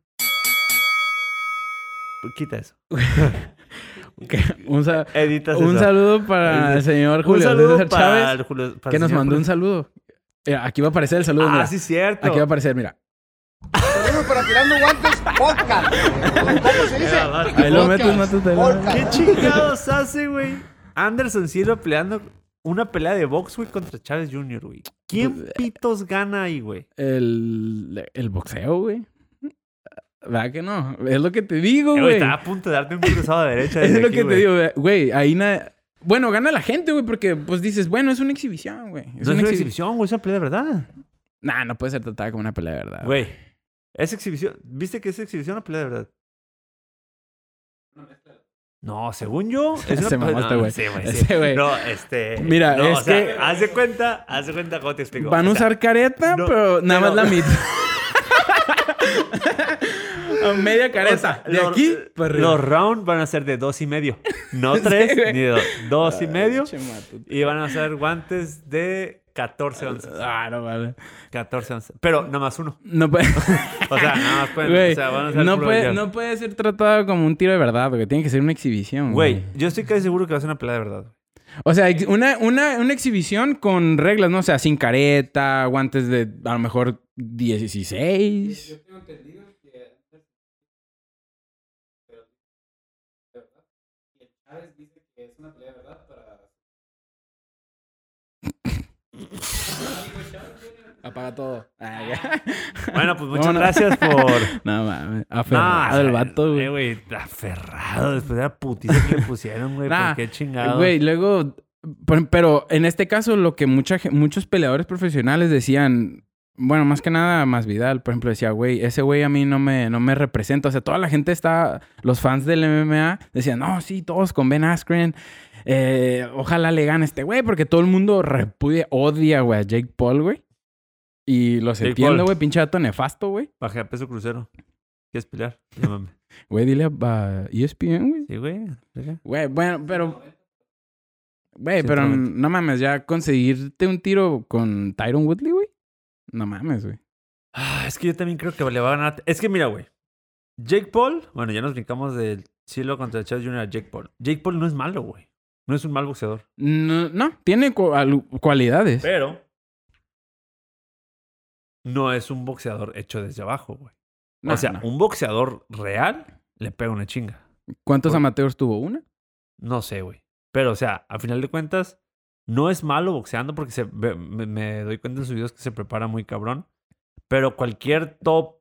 [SPEAKER 2] Quita eso.
[SPEAKER 3] Un, sa-
[SPEAKER 2] Editas
[SPEAKER 3] un
[SPEAKER 2] eso.
[SPEAKER 3] saludo para el señor
[SPEAKER 2] Un
[SPEAKER 3] Julio
[SPEAKER 2] saludo
[SPEAKER 3] César
[SPEAKER 2] para
[SPEAKER 3] Chávez,
[SPEAKER 2] el Julio- para
[SPEAKER 3] que
[SPEAKER 2] el
[SPEAKER 3] nos
[SPEAKER 2] señor
[SPEAKER 3] mandó
[SPEAKER 2] Julio-
[SPEAKER 3] un saludo. Mira, aquí va a aparecer el saludo.
[SPEAKER 2] Ah,
[SPEAKER 3] mira.
[SPEAKER 2] sí, cierto.
[SPEAKER 3] Aquí va a aparecer, mira.
[SPEAKER 4] Saludos para Tirando Guantes Podcast. ¿Cómo se dice?
[SPEAKER 3] Ahí lo metes,
[SPEAKER 4] Podcast.
[SPEAKER 3] matas, ahí lo
[SPEAKER 4] Podcast.
[SPEAKER 2] ¿Qué chingados hace, güey? Anderson Silva peleando una pelea de box, güey, contra Chávez Jr., güey.
[SPEAKER 3] Pues, eh,
[SPEAKER 2] ¿Quién pitos gana ahí, güey?
[SPEAKER 3] El, el boxeo, güey. ¿Verdad que no? Es lo que te digo,
[SPEAKER 2] Eh, güey,
[SPEAKER 3] güey.
[SPEAKER 2] Estaba a punto de darte un cruzado de derecha.
[SPEAKER 3] Es
[SPEAKER 2] desde
[SPEAKER 3] lo
[SPEAKER 2] aquí,
[SPEAKER 3] que te
[SPEAKER 2] güey.
[SPEAKER 3] digo, güey. güey. Ahí na... Bueno, gana la gente, güey, porque pues dices, bueno, es una exhibición, güey.
[SPEAKER 2] No es una exhibición, güey, es una pelea de verdad.
[SPEAKER 3] Ah. Nah, no puede ser tratada como una pelea de verdad.
[SPEAKER 2] Güey, es exhibición. ¿Viste que es exhibición o pelea de verdad? No, según yo, es una
[SPEAKER 3] Se
[SPEAKER 2] pelea-
[SPEAKER 3] mamaste,
[SPEAKER 2] no,
[SPEAKER 3] güey.
[SPEAKER 2] sí,
[SPEAKER 3] Ese
[SPEAKER 2] sí.
[SPEAKER 3] güey.
[SPEAKER 2] No, este.
[SPEAKER 3] Mira,
[SPEAKER 2] no,
[SPEAKER 3] es
[SPEAKER 2] o sea,
[SPEAKER 3] que-
[SPEAKER 2] Haz de cuenta, haz de cuenta cómo te explico.
[SPEAKER 3] Van a
[SPEAKER 2] O sea,
[SPEAKER 3] usar careta,
[SPEAKER 2] no,
[SPEAKER 3] pero nada
[SPEAKER 2] pero-
[SPEAKER 3] más la mitad. A Media careta.
[SPEAKER 2] O sea,
[SPEAKER 3] de
[SPEAKER 2] los-
[SPEAKER 3] aquí para arriba.
[SPEAKER 2] Los rounds van a ser de dos y medio. No tres,
[SPEAKER 3] güey.
[SPEAKER 2] ni dos. Dos y
[SPEAKER 3] Ay,
[SPEAKER 2] medio.
[SPEAKER 3] che, mato.
[SPEAKER 2] Y van a ser guantes de 14 onzas.
[SPEAKER 3] Ah, no vale.
[SPEAKER 2] 14 onzas. Pero nada más uno.
[SPEAKER 3] No puede,
[SPEAKER 2] O sea, nada más pueden.
[SPEAKER 3] güey,
[SPEAKER 2] o sea, van a ser
[SPEAKER 3] no,
[SPEAKER 2] puro
[SPEAKER 3] puede,
[SPEAKER 2] billar.
[SPEAKER 3] no puede ser tratado como un tiro de verdad, porque tiene que ser una exhibición.
[SPEAKER 2] Güey, yo estoy casi seguro que va a ser una pelea de verdad.
[SPEAKER 3] O sea, ex- una, una, una exhibición con reglas, ¿no? O sea, sin careta, guantes de a lo mejor 16. Yo tengo entendido que. Apaga todo. Ah, ya.
[SPEAKER 2] Bueno, pues muchas
[SPEAKER 3] Vámonos.
[SPEAKER 2] gracias por.
[SPEAKER 3] No mames.
[SPEAKER 2] Nah,
[SPEAKER 3] Aferrado el vato,
[SPEAKER 2] eh,
[SPEAKER 3] Ah, güey.
[SPEAKER 2] güey. Aferrado después de la putiza que le pusieron, güey.
[SPEAKER 3] Nah,
[SPEAKER 2] ¿Por qué chingado?
[SPEAKER 3] Güey, luego. por- Pero en este caso, lo que mucha, ge- muchos peleadores profesionales decían. Bueno, más que nada, más Vidal, por ejemplo, decía, güey, ese güey a mí no me, no me representa. O sea, toda la gente está, los fans del MMA decían, no, sí, todos con Ben Askren. Eh, ojalá le gane este güey, porque todo el mundo repudia, odia, güey, a Jake Paul, güey. Y los
[SPEAKER 2] Jake
[SPEAKER 3] entiendo,
[SPEAKER 2] Paul.
[SPEAKER 3] güey, pinche dato nefasto, güey.
[SPEAKER 2] Bajé a peso crucero. ¿Quieres pelear? Llámame.
[SPEAKER 3] Güey, dile a- a E ESPN, güey.
[SPEAKER 2] Sí, güey. venga.
[SPEAKER 3] Güey, bueno, pero. Güey, pero
[SPEAKER 2] 190.
[SPEAKER 3] no mames, ya conseguirte un tiro con Tyron Woodley, güey. No mames, güey.
[SPEAKER 2] Ah, es que yo también creo que le va a ganar. Es que mira, güey. Jake Paul, bueno, ya nos brincamos del Chilo contra Chad Jr. a Jake Paul. Jake Paul no es malo, güey. No es un mal boxeador.
[SPEAKER 3] No, no, tiene cu- al- cualidades.
[SPEAKER 2] Pero no es un boxeador hecho desde abajo, güey.
[SPEAKER 3] No,
[SPEAKER 2] o sea,
[SPEAKER 3] no.
[SPEAKER 2] un boxeador real le pega una chinga.
[SPEAKER 3] ¿cuántos
[SPEAKER 2] por-
[SPEAKER 3] amateurs tuvo? ¿Una?
[SPEAKER 2] No sé, güey. Pero, o sea, a final de cuentas, no es malo boxeando porque se, ve- me, me doy cuenta en sus videos que se prepara muy cabrón. Pero cualquier top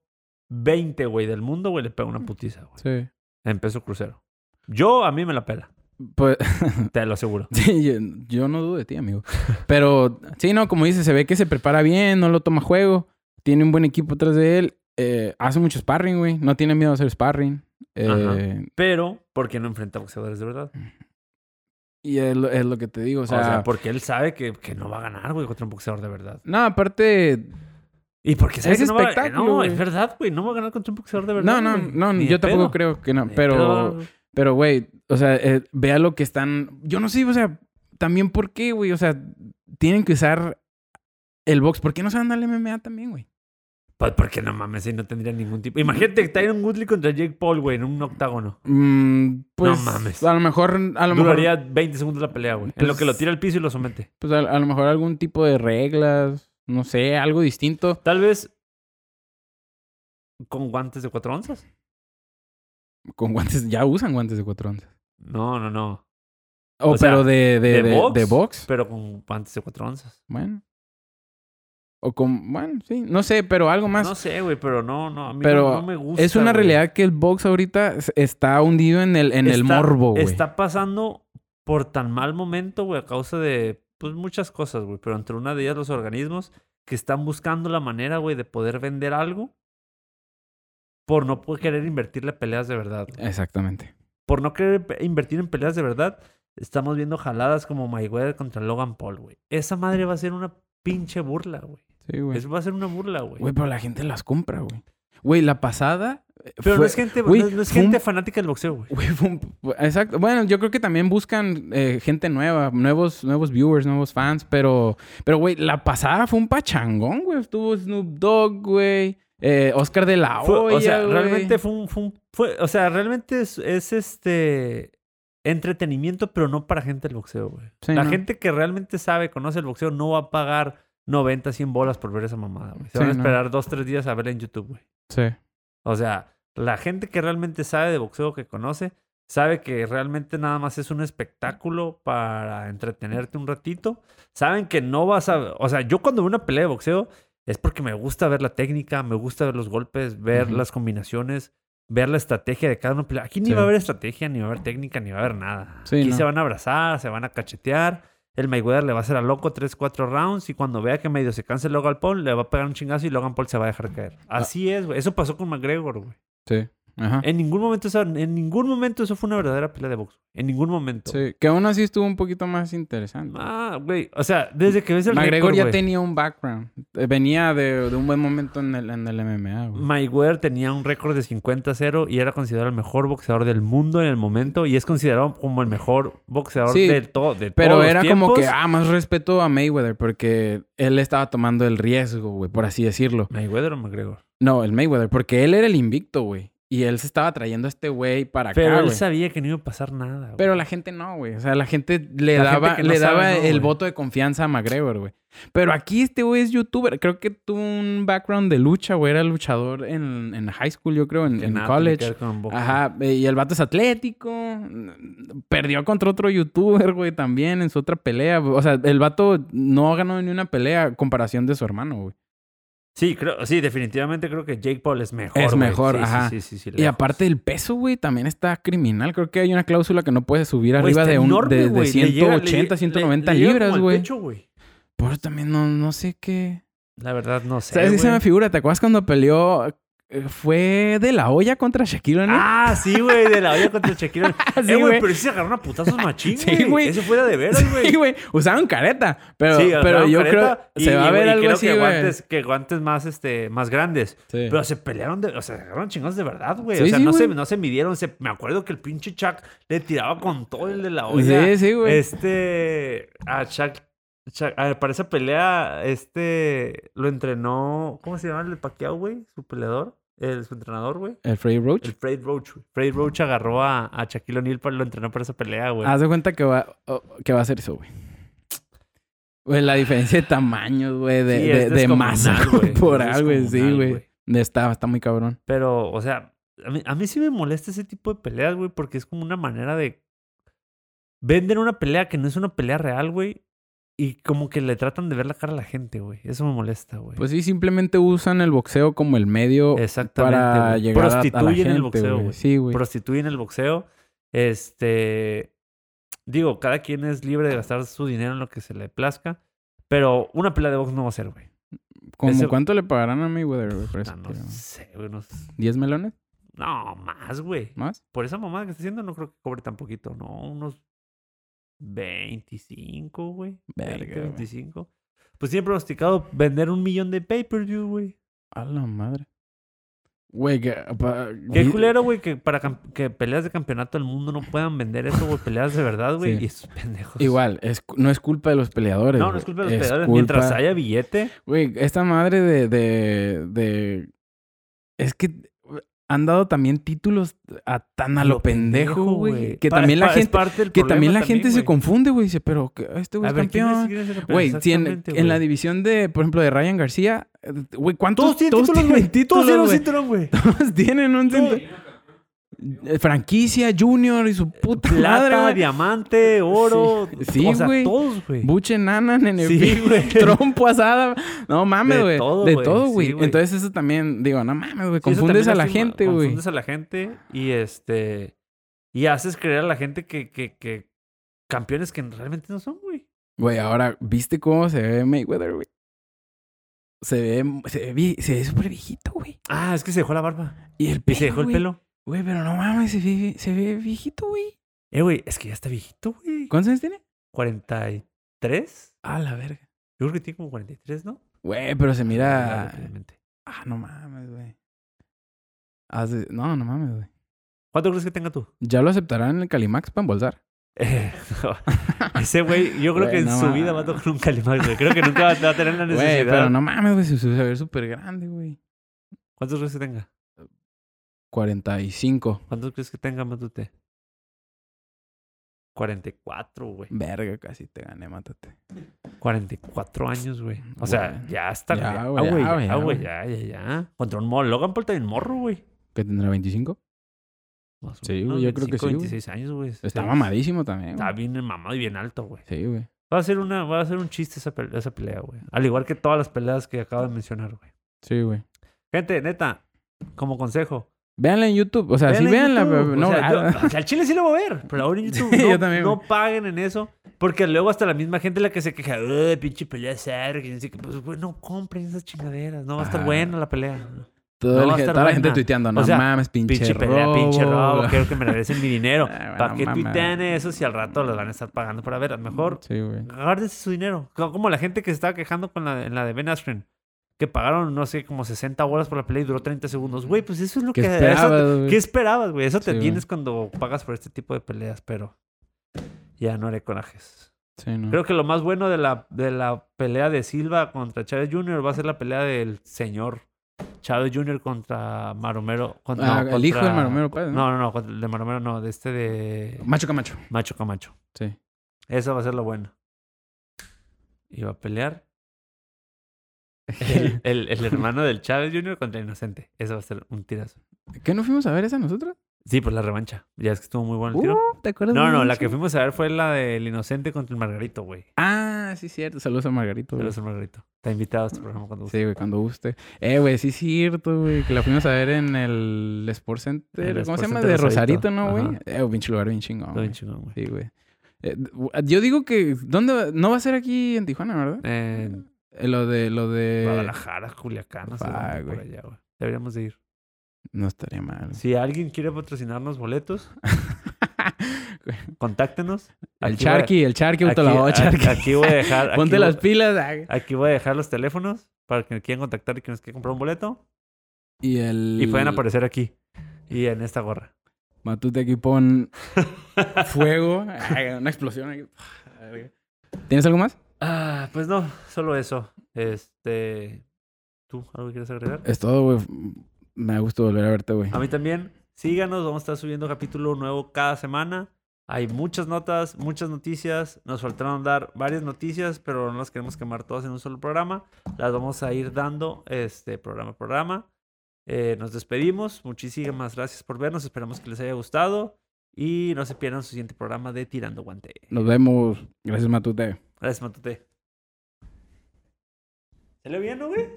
[SPEAKER 2] 20, güey, del mundo, güey, le pega una putiza, güey.
[SPEAKER 3] Sí.
[SPEAKER 2] En peso crucero. Yo, a mí me la pela.
[SPEAKER 3] Pues,
[SPEAKER 2] Te lo aseguro.
[SPEAKER 3] sí, yo, yo no dudo de ti, amigo. Pero, sí, no, como dices, se ve que se prepara bien, no lo toma a juego. Tiene un buen equipo atrás de él. eh, hace mucho sparring, güey. No tiene miedo a hacer sparring. Eh,
[SPEAKER 2] Pero, porque no enfrenta boxeadores de verdad?
[SPEAKER 3] y es lo, es lo que te digo,
[SPEAKER 2] O sea, porque él sabe que, que no va a ganar, güey, contra un boxeador de verdad.
[SPEAKER 3] No, aparte,
[SPEAKER 2] Y porque sabe
[SPEAKER 3] Es
[SPEAKER 2] que no va a-
[SPEAKER 3] espectáculo,
[SPEAKER 2] No,
[SPEAKER 3] güey.
[SPEAKER 2] es verdad, güey. No va a ganar contra un boxeador de
[SPEAKER 3] No,
[SPEAKER 2] verdad.
[SPEAKER 3] no,
[SPEAKER 2] güey.
[SPEAKER 3] no,
[SPEAKER 2] Ni de
[SPEAKER 3] yo tampoco
[SPEAKER 2] pedo.
[SPEAKER 3] creo que no,
[SPEAKER 2] Ni de
[SPEAKER 3] pero,
[SPEAKER 2] pedo.
[SPEAKER 3] pero, güey, o sea, eh, vea lo que están, yo no sé, o sea, también por qué, güey, o sea, tienen que usar el box, ¿por qué no se van al MMA también, güey?
[SPEAKER 2] Pues porque no mames, si no tendría ningún tipo. Imagínate Tyron Woodley contra Jake Paul, güey, en un octágono.
[SPEAKER 3] Mm, pues
[SPEAKER 2] mames.
[SPEAKER 3] a lo mejor, a lo mejor,
[SPEAKER 2] Duraría 20 segundos la pelea, güey. en lo que lo tira al piso y lo somete.
[SPEAKER 3] pues a, a lo mejor algún tipo de reglas, no sé, algo distinto.
[SPEAKER 2] Tal vez con guantes de 4 onzas.
[SPEAKER 3] Con guantes, ya usan guantes de cuatro onzas.
[SPEAKER 2] No, no, no.
[SPEAKER 3] O,
[SPEAKER 2] O sea,
[SPEAKER 3] pero de, de,
[SPEAKER 2] de
[SPEAKER 3] de-
[SPEAKER 2] box.
[SPEAKER 3] de box.
[SPEAKER 2] Pero con guantes de 4 onzas.
[SPEAKER 3] Bueno. O con, bueno, sí, no sé, pero algo más.
[SPEAKER 2] No sé, güey, pero no, no. A mí
[SPEAKER 3] Pero
[SPEAKER 2] no, no me gusta.
[SPEAKER 3] es una
[SPEAKER 2] güey.
[SPEAKER 3] realidad que el box ahorita s- está hundido en el, en el
[SPEAKER 2] Está-
[SPEAKER 3] morbo, güey.
[SPEAKER 2] Está pasando por tan mal momento, güey, a causa de pues muchas cosas, güey. Pero entre una de ellas los organismos que están buscando la manera, güey, de poder vender algo por no po- querer invertirle a peleas de verdad.
[SPEAKER 3] Eh.
[SPEAKER 2] güey.
[SPEAKER 3] Exactamente.
[SPEAKER 2] Por no querer pe- invertir en peleas de verdad, estamos viendo jaladas como Mayweather contra Logan Paul, güey. Esa madre va a ser una pinche burla, güey.
[SPEAKER 3] Sí, güey.
[SPEAKER 2] Eso va a ser una burla, güey.
[SPEAKER 3] Güey, pero la gente las compra, güey. Güey, la pasada. eh,
[SPEAKER 2] Pero no
[SPEAKER 3] fue-
[SPEAKER 2] es gente,
[SPEAKER 3] güey,
[SPEAKER 2] no, no es
[SPEAKER 3] fue un-
[SPEAKER 2] gente fanática del boxeo, güey.
[SPEAKER 3] güey, fue un- Exacto. Bueno, yo creo que también buscan eh, gente nueva, nuevos, nuevos viewers, nuevos fans, pero, pero, güey, la pasada fue un pachangón, güey. Estuvo Snoop Dogg, güey. eh, Oscar de la
[SPEAKER 2] Fue-
[SPEAKER 3] Hoya,
[SPEAKER 2] o sea,
[SPEAKER 3] güey.
[SPEAKER 2] realmente fue un, fue un- fue- o sea, realmente es, es, este entretenimiento, pero no para gente del boxeo, güey.
[SPEAKER 3] Sí,
[SPEAKER 2] La
[SPEAKER 3] ¿no?
[SPEAKER 2] gente que realmente sabe, conoce el boxeo, no va a pagar 90, 100 bolas por ver esa mamada, güey. Se
[SPEAKER 3] Sí,
[SPEAKER 2] van a
[SPEAKER 3] ¿no?
[SPEAKER 2] esperar dos, tres días a verla en YouTube, güey.
[SPEAKER 3] Sí.
[SPEAKER 2] O sea, la gente que realmente sabe de boxeo, que conoce, sabe que realmente nada más es un espectáculo para entretenerte un ratito. Saben que no vas a... O sea, yo cuando veo una pelea de boxeo es porque me gusta ver la técnica, me gusta ver los golpes, ver
[SPEAKER 3] Ujú.
[SPEAKER 2] las combinaciones, ver la estrategia de cada una pelea. Aquí ni
[SPEAKER 3] Sí.
[SPEAKER 2] va a haber estrategia, ni va a haber técnica, ni va a haber nada.
[SPEAKER 3] Sí,
[SPEAKER 2] Aquí
[SPEAKER 3] ¿no?
[SPEAKER 2] se van a abrazar, se van a cachetear. El Mayweather le va a hacer a loco 3, 4 rounds y cuando vea que medio se cansa el Logan Paul, le va a pegar un chingazo y Logan Paul se va a dejar caer.
[SPEAKER 3] Ah.
[SPEAKER 2] Así es, güey. Eso pasó con McGregor, güey.
[SPEAKER 3] Sí. Ajá.
[SPEAKER 2] En ningún momento eso, en ningún momento eso fue una verdadera pelea de box. En ningún momento.
[SPEAKER 3] Sí. Que aún así estuvo un poquito más interesante.
[SPEAKER 2] Ah, güey. O sea, desde que ves el
[SPEAKER 3] McGregor
[SPEAKER 2] récord,
[SPEAKER 3] ya
[SPEAKER 2] güey,
[SPEAKER 3] tenía un background. Eh, Venía de, de un buen momento en el, en el MMA, güey.
[SPEAKER 2] Mayweather tenía un récord de 50-0 y era considerado el mejor boxeador del mundo en el momento y es considerado como el mejor boxeador
[SPEAKER 3] Sí,
[SPEAKER 2] de, todo de
[SPEAKER 3] Pero
[SPEAKER 2] todos los
[SPEAKER 3] era como
[SPEAKER 2] tiempos.
[SPEAKER 3] que, ah, más respeto a Mayweather porque él estaba tomando el riesgo, güey, por así decirlo.
[SPEAKER 2] Mayweather o McGregor.
[SPEAKER 3] No, el Mayweather, porque él era el invicto, güey. Y él se estaba trayendo a este güey para
[SPEAKER 2] Pero
[SPEAKER 3] acá,
[SPEAKER 2] él
[SPEAKER 3] güey.
[SPEAKER 2] sabía que no iba a pasar nada. güey.
[SPEAKER 3] Pero la gente no, güey. O sea, la gente le
[SPEAKER 2] La
[SPEAKER 3] daba,
[SPEAKER 2] gente que no
[SPEAKER 3] le daba
[SPEAKER 2] sabe, no,
[SPEAKER 3] el
[SPEAKER 2] güey.
[SPEAKER 3] voto de confianza a McGregor, güey. Pero aquí este güey es youtuber. Creo que tuvo un background de lucha, güey. Era luchador en, en high school, yo creo, en,
[SPEAKER 2] Que
[SPEAKER 3] en
[SPEAKER 2] nada tiene que
[SPEAKER 3] college.
[SPEAKER 2] ver con boxeo.
[SPEAKER 3] Ajá, eh, y el vato es atlético. mm, Perdió contra otro youtuber, güey, también en su otra pelea. O sea, el vato no ganó ni una pelea a comparación de su hermano, güey.
[SPEAKER 2] Sí, creo, sí, definitivamente creo que Jake Paul es mejor.
[SPEAKER 3] Es
[SPEAKER 2] güey.
[SPEAKER 3] mejor,
[SPEAKER 2] Sí, sí,
[SPEAKER 3] ajá.
[SPEAKER 2] sí, sí, sí,
[SPEAKER 3] Y
[SPEAKER 2] lejos.
[SPEAKER 3] aparte el peso, güey, también está criminal. Creo que hay una cláusula que no puedes subir arriba
[SPEAKER 2] Güey, está
[SPEAKER 3] de, un,
[SPEAKER 2] enorme,
[SPEAKER 3] de- de,
[SPEAKER 2] güey. Le llega- le-
[SPEAKER 3] 180,
[SPEAKER 2] le-
[SPEAKER 3] 190
[SPEAKER 2] le llega como
[SPEAKER 3] libras,
[SPEAKER 2] al
[SPEAKER 3] güey.
[SPEAKER 2] techo, güey.
[SPEAKER 3] Por también no, no sé qué.
[SPEAKER 2] La verdad no sé.
[SPEAKER 3] ¿Sabes? Sí se
[SPEAKER 2] güey.
[SPEAKER 3] me figura. ¿Te acuerdas cuando peleó? eh, Fue de la olla contra Shaquille O'Neal.
[SPEAKER 2] Ah, sí, güey, de la olla contra el Shakira.
[SPEAKER 3] eh? Sí,
[SPEAKER 2] eh,
[SPEAKER 3] güey.
[SPEAKER 2] güey, pero sí se agarraron a putazos machín,
[SPEAKER 3] Sí,
[SPEAKER 2] güey.
[SPEAKER 3] güey.
[SPEAKER 2] Eso fuera de veras, güey.
[SPEAKER 3] Sí, güey. Usaron careta. Pero,
[SPEAKER 2] Sí,
[SPEAKER 3] pero
[SPEAKER 2] agarraron
[SPEAKER 3] yo
[SPEAKER 2] careta
[SPEAKER 3] creo... se
[SPEAKER 2] y-
[SPEAKER 3] va a
[SPEAKER 2] y,
[SPEAKER 3] ver
[SPEAKER 2] y
[SPEAKER 3] algo
[SPEAKER 2] creo
[SPEAKER 3] así,
[SPEAKER 2] que
[SPEAKER 3] güey.
[SPEAKER 2] guantes, que guantes más, este, más grandes.
[SPEAKER 3] Sí.
[SPEAKER 2] Pero se pelearon, de, o sea, se agarraron chingados de verdad, güey.
[SPEAKER 3] Sí,
[SPEAKER 2] o sea,
[SPEAKER 3] sí,
[SPEAKER 2] no, se,
[SPEAKER 3] güey.
[SPEAKER 2] no se midieron. se- me acuerdo que el pinche Chuck le tiraba con todo el de la
[SPEAKER 3] Sí,
[SPEAKER 2] olla.
[SPEAKER 3] sí, güey.
[SPEAKER 2] Este, a Chuck, Chuck- a ver, para esa pelea, este, lo entrenó, ¿cómo se llama el de Pacquiao, güey? Su peleador, el, su entrenador, güey.
[SPEAKER 3] El Freddy Roach.
[SPEAKER 2] El Fred Roach, güey. Fred Roach agarró a, a Shaquille O'Neal para lo entrenó para esa pelea, güey.
[SPEAKER 3] Haz de cuenta que va, oh, que va a ser eso, güey. Güey, la diferencia de tamaños, güey, de,
[SPEAKER 2] Sí, este
[SPEAKER 3] de-
[SPEAKER 2] es
[SPEAKER 3] de masa
[SPEAKER 2] descomunal, güey.
[SPEAKER 3] corporal,
[SPEAKER 2] Es
[SPEAKER 3] güey. Sí,
[SPEAKER 2] descomunal,
[SPEAKER 3] güey.
[SPEAKER 2] güey.
[SPEAKER 3] Está, está muy cabrón.
[SPEAKER 2] Pero, o sea, a mí, a mí sí me molesta ese tipo de peleas, güey, porque es como una manera de vender una pelea que no es una pelea real, güey. Y como que le tratan de ver la cara a la gente, güey. Eso me molesta, güey.
[SPEAKER 3] Pues sí, simplemente usan el boxeo como el medio
[SPEAKER 2] Exactamente.
[SPEAKER 3] para
[SPEAKER 2] güey.
[SPEAKER 3] llegar a- a, la
[SPEAKER 2] Prostituyen
[SPEAKER 3] gente,
[SPEAKER 2] el boxeo, güey.
[SPEAKER 3] Sí, güey.
[SPEAKER 2] prostituyen el boxeo. Este. Digo, cada quien es libre de gastar su dinero en lo que se le plazca. Pero una pelea de box no va a ser, güey.
[SPEAKER 3] ¿Cómo
[SPEAKER 2] ese-
[SPEAKER 3] cuánto le pagarán a Mayweather, güey, por
[SPEAKER 2] Ah,
[SPEAKER 3] eso?
[SPEAKER 2] no sé, güey. No,
[SPEAKER 3] ¿10 melones
[SPEAKER 2] no, más, güey.
[SPEAKER 3] más?
[SPEAKER 2] Por esa mamada que está haciendo, no creo que cobre tan poquito. No, unos 25, güey.
[SPEAKER 3] Verga,
[SPEAKER 2] 20,
[SPEAKER 3] güey.
[SPEAKER 2] 25. Pues tiene pronosticado vender un millón de pay-per-view, güey.
[SPEAKER 3] A la madre. Güey, que... pa-
[SPEAKER 2] Qué
[SPEAKER 3] vi-
[SPEAKER 2] culero, güey, que para cam- que peleas de campeonato del mundo no puedan vender eso, güey. Peleas de verdad, güey.
[SPEAKER 3] Sí.
[SPEAKER 2] Y esos pendejos.
[SPEAKER 3] Igual, es, cu- no es culpa de los peleadores.
[SPEAKER 2] No, no
[SPEAKER 3] güey.
[SPEAKER 2] es culpa de los peleadores. Mientras
[SPEAKER 3] culpa-
[SPEAKER 2] haya billete.
[SPEAKER 3] Güey, esta madre de, de, de- Es que han dado también títulos a tan a lo pendejo, güey. Que
[SPEAKER 2] Para-
[SPEAKER 3] también la
[SPEAKER 2] pa- es
[SPEAKER 3] gente...
[SPEAKER 2] parte del
[SPEAKER 3] Que
[SPEAKER 2] problema
[SPEAKER 3] también la gente se
[SPEAKER 2] güey.
[SPEAKER 3] confunde, güey. Dice, pero que- este güey
[SPEAKER 2] A
[SPEAKER 3] es
[SPEAKER 2] ver, ¿quién es-
[SPEAKER 3] campeón.
[SPEAKER 2] quién es el campeón?
[SPEAKER 3] Güey, si en,
[SPEAKER 2] Exactamente,
[SPEAKER 3] en la
[SPEAKER 2] güey.
[SPEAKER 3] división de, por ejemplo, de Ryan García, eh, güey, ¿cuántos?
[SPEAKER 2] Todos tienen títulos, güey. Todos tienen un
[SPEAKER 3] güey.
[SPEAKER 2] cinturón, güey.
[SPEAKER 3] Todos tienen un cinturón. Eh, Franquicia, Junior y su puta madre,
[SPEAKER 2] Plata,
[SPEAKER 3] güey.
[SPEAKER 2] diamante, oro.
[SPEAKER 3] Sí. Sí,
[SPEAKER 2] o sea,
[SPEAKER 3] güey.
[SPEAKER 2] todos, güey.
[SPEAKER 3] Buche nana, nene,
[SPEAKER 2] Sí,
[SPEAKER 3] pico,
[SPEAKER 2] güey.
[SPEAKER 3] trompo asada. No mames,
[SPEAKER 2] De
[SPEAKER 3] güey.
[SPEAKER 2] todo,
[SPEAKER 3] De
[SPEAKER 2] güey.
[SPEAKER 3] todo,
[SPEAKER 2] Sí,
[SPEAKER 3] güey.
[SPEAKER 2] güey.
[SPEAKER 3] Entonces eso también, digo, no mames, güey.
[SPEAKER 2] Sí, eso
[SPEAKER 3] Confundes
[SPEAKER 2] también
[SPEAKER 3] a la
[SPEAKER 2] lastima.
[SPEAKER 3] gente, güey.
[SPEAKER 2] Confundes a la gente y este. Y haces creer a la gente que, que, que campeones que realmente no son, güey.
[SPEAKER 3] Güey, ahora, ¿viste cómo se ve Mayweather, güey? Se ve, se ve, vie- se ve súper viejito, güey.
[SPEAKER 2] Ah, es que se dejó la barba.
[SPEAKER 3] Y el
[SPEAKER 2] Y
[SPEAKER 3] pelo,
[SPEAKER 2] se dejó el
[SPEAKER 3] güey.
[SPEAKER 2] pelo.
[SPEAKER 3] Güey, pero no mames, se ve, se ve viejito, güey.
[SPEAKER 2] Eh, güey, es que ya está viejito, güey.
[SPEAKER 3] ¿Cuántos años tiene?
[SPEAKER 2] ¿43?
[SPEAKER 3] Ah, la verga.
[SPEAKER 2] Yo creo que tiene como 43, ¿no?
[SPEAKER 3] Güey, pero se mira...
[SPEAKER 2] Probablemente.
[SPEAKER 3] Ah, no mames, güey. Haz de- No, no mames, güey.
[SPEAKER 2] ¿Cuánto crees que tenga tú?
[SPEAKER 3] Ya lo aceptarán en el Calimax para embolsar.
[SPEAKER 2] Eh, no. Ese güey, yo creo
[SPEAKER 3] Güey,
[SPEAKER 2] que en
[SPEAKER 3] no
[SPEAKER 2] su vida va a
[SPEAKER 3] mames.
[SPEAKER 2] tocar un calimán, güey. Creo que nunca va, va a tener la necesidad.
[SPEAKER 3] ah. Güey, pero no mames, güey. Se se ve súper grande, güey.
[SPEAKER 2] ¿Cuántos crees que tenga?
[SPEAKER 3] 45.
[SPEAKER 2] ¿Cuántos crees que tenga Matute? 44, güey.
[SPEAKER 3] Verga, casi te gané, mátate.
[SPEAKER 2] 44 años, güey. O sea,
[SPEAKER 3] Güey.
[SPEAKER 2] ya está.
[SPEAKER 3] Ya,
[SPEAKER 2] Ya,
[SPEAKER 3] güey,
[SPEAKER 2] güey.
[SPEAKER 3] ya,
[SPEAKER 2] Ya,
[SPEAKER 3] güey,
[SPEAKER 2] güey.
[SPEAKER 3] ya,
[SPEAKER 2] Ya, ya, ya. Contra un morro. Logan Paul también morro, güey.
[SPEAKER 3] ¿Qué tendrá 25?
[SPEAKER 2] Más o
[SPEAKER 3] Sí,
[SPEAKER 2] menos,
[SPEAKER 3] güey, yo creo que
[SPEAKER 2] 25,
[SPEAKER 3] sí, güey.
[SPEAKER 2] 26 años, güey.
[SPEAKER 3] Está
[SPEAKER 2] Sí.
[SPEAKER 3] mamadísimo también.
[SPEAKER 2] Está
[SPEAKER 3] güey.
[SPEAKER 2] bien mamado y bien alto, güey.
[SPEAKER 3] Sí, güey.
[SPEAKER 2] Va a ser una, va a ser un chiste esa pelea, esa pelea, güey. Al igual que todas las peleas que acabo de mencionar, güey.
[SPEAKER 3] Sí, güey.
[SPEAKER 2] Gente, neta, como consejo.
[SPEAKER 3] Véanla en YouTube. O sea, sí,
[SPEAKER 2] vean
[SPEAKER 3] véanla.
[SPEAKER 2] la
[SPEAKER 3] pero No,
[SPEAKER 2] o sea,
[SPEAKER 3] ah,
[SPEAKER 2] yo- o sea, al chile sí lo voy a ver, pero ahora en YouTube
[SPEAKER 3] Sí,
[SPEAKER 2] no,
[SPEAKER 3] yo también,
[SPEAKER 2] no
[SPEAKER 3] güey.
[SPEAKER 2] paguen en eso. Porque luego hasta la misma gente la que se queja, "Ay, pinche pelea zarra", que no sé qué. Pues, güey, no compren esas chingaderas. No va a estar
[SPEAKER 3] Ajá.
[SPEAKER 2] buena la pelea.
[SPEAKER 3] todo
[SPEAKER 2] no
[SPEAKER 3] el
[SPEAKER 2] va a
[SPEAKER 3] gen-
[SPEAKER 2] estar
[SPEAKER 3] toda la gente
[SPEAKER 2] buena.
[SPEAKER 3] tuiteando. No
[SPEAKER 2] O sea,
[SPEAKER 3] mames, pinche,
[SPEAKER 2] Pinche pelea, pinche robo. Quiero que me regresen mi dinero.
[SPEAKER 3] Ah, bueno,
[SPEAKER 2] ¿Para qué
[SPEAKER 3] mames.
[SPEAKER 2] tuitean eso si al rato las van a estar pagando para ver? A lo mejor
[SPEAKER 3] Sí, güey.
[SPEAKER 2] Agárrense su dinero. Co- Como la gente que se estaba quejando con la, en la de Ben Askren. Que pagaron, no sé, como 60 bolas por la pelea y duró 30 segundos. Güey, pues eso es lo
[SPEAKER 3] ¿Qué
[SPEAKER 2] que... eso-
[SPEAKER 3] esperabas, güey?
[SPEAKER 2] ¿Qué esperabas, güey? Eso te
[SPEAKER 3] Sí, güey.
[SPEAKER 2] tienes cuando pagas por este tipo de peleas, pero... Ya, no haré corajes.
[SPEAKER 3] Sí, no.
[SPEAKER 2] Creo que lo más bueno de la, de la pelea de Silva contra Chávez Jr. va a ser la pelea del señor Chávez Jr. contra Maromero. Contra,
[SPEAKER 3] Ah,
[SPEAKER 2] no,
[SPEAKER 3] el hijo del
[SPEAKER 2] contra-
[SPEAKER 3] Maromero Páez, ¿no?
[SPEAKER 2] No, no, no, contra- el de Maromero no, de este de
[SPEAKER 3] Macho Camacho.
[SPEAKER 2] Macho Camacho.
[SPEAKER 3] Sí.
[SPEAKER 2] Esa va a ser la buena. Y va a pelear el, el- el hermano del Chávez Jr. contra el Inocente. Esa va a ser un tirazo.
[SPEAKER 3] ¿Qué no fuimos a ver esa nosotros?
[SPEAKER 2] Sí, pues la revancha. Ya es que estuvo muy bueno el tiro.
[SPEAKER 3] Uh, ¿Te acuerdas?
[SPEAKER 2] No,
[SPEAKER 3] de
[SPEAKER 2] no,
[SPEAKER 3] esa
[SPEAKER 2] la que
[SPEAKER 3] noche?
[SPEAKER 2] fuimos a ver fue la del Inocente contra el Margarito, güey.
[SPEAKER 3] Ah, sí, cierto. Saludos a Margarito. güey.
[SPEAKER 2] Saludos al Margarito. Está invitado a este programa cuando guste.
[SPEAKER 3] Sí, güey, cuando guste. Eh, güey, sí es cierto, güey, que la fuimos a ver en el Sport Center.
[SPEAKER 2] El
[SPEAKER 3] ¿Cómo
[SPEAKER 2] Sport
[SPEAKER 3] se llama?
[SPEAKER 2] Center
[SPEAKER 3] De
[SPEAKER 2] Rosarito.
[SPEAKER 3] Rosarito, ¿no, güey?
[SPEAKER 2] Ajá.
[SPEAKER 3] Eh, un pinche lugar bien chingón.
[SPEAKER 2] Está
[SPEAKER 3] güey.
[SPEAKER 2] bien chingón, güey.
[SPEAKER 3] Sí, güey. Eh, w- yo digo que. ¿Dónde va? No va a ser aquí en Tijuana, ¿verdad?
[SPEAKER 2] Eh,
[SPEAKER 3] Eh, lo de. Lo de.
[SPEAKER 2] Guadalajara, Culiacán, no sé
[SPEAKER 3] fuck,
[SPEAKER 2] dónde por
[SPEAKER 3] güey.
[SPEAKER 2] allá, güey. Deberíamos de ir.
[SPEAKER 3] No estaría mal.
[SPEAKER 2] Si alguien quiere patrocinarnos boletos,
[SPEAKER 3] Güey.
[SPEAKER 2] contáctenos.
[SPEAKER 3] el
[SPEAKER 2] Aquí voy a-
[SPEAKER 3] Charqui, el Charqui,
[SPEAKER 2] aquí-
[SPEAKER 3] auto
[SPEAKER 2] a-
[SPEAKER 3] lavado, Charqui.
[SPEAKER 2] Aquí voy a dejar. aquí
[SPEAKER 3] Ponte
[SPEAKER 2] voy-
[SPEAKER 3] las pilas. ah.
[SPEAKER 2] Aquí voy a dejar los teléfonos para que me quieran contactar y que nos quieran comprar un boleto.
[SPEAKER 3] Y el.
[SPEAKER 2] Y pueden aparecer aquí. Y en esta gorra.
[SPEAKER 3] Matute aquí pon. fuego. Ay, una explosión. aquí. A la verga. ¿Tienes algo más?
[SPEAKER 2] Ah, pues no, solo eso. Este. ¿Tú algo quieres agregar?
[SPEAKER 3] Es todo, güey. Me gusta volver a verte, güey.
[SPEAKER 2] A mí también. Síganos, vamos a estar subiendo capítulo nuevo cada semana. Hay muchas notas, muchas noticias. Nos faltaron dar varias noticias, pero no las queremos quemar todas en un solo programa. Las vamos a ir dando este programa a programa. Eh, nos despedimos. Muchísimas gracias por vernos. Esperamos que les haya gustado. Y no se pierdan su siguiente programa de Tirando Guante.
[SPEAKER 3] Nos vemos. Gracias, Matute.
[SPEAKER 2] Gracias, Matute. ¿Se le bien, no, güey?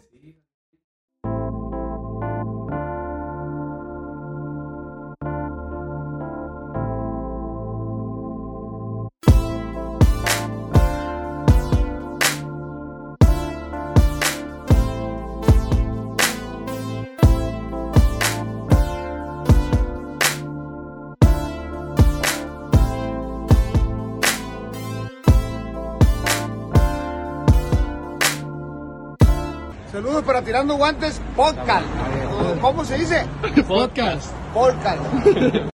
[SPEAKER 4] Saludos para Tirando Guantes Podcast. ¿Cómo se dice? Podcast. Podcast.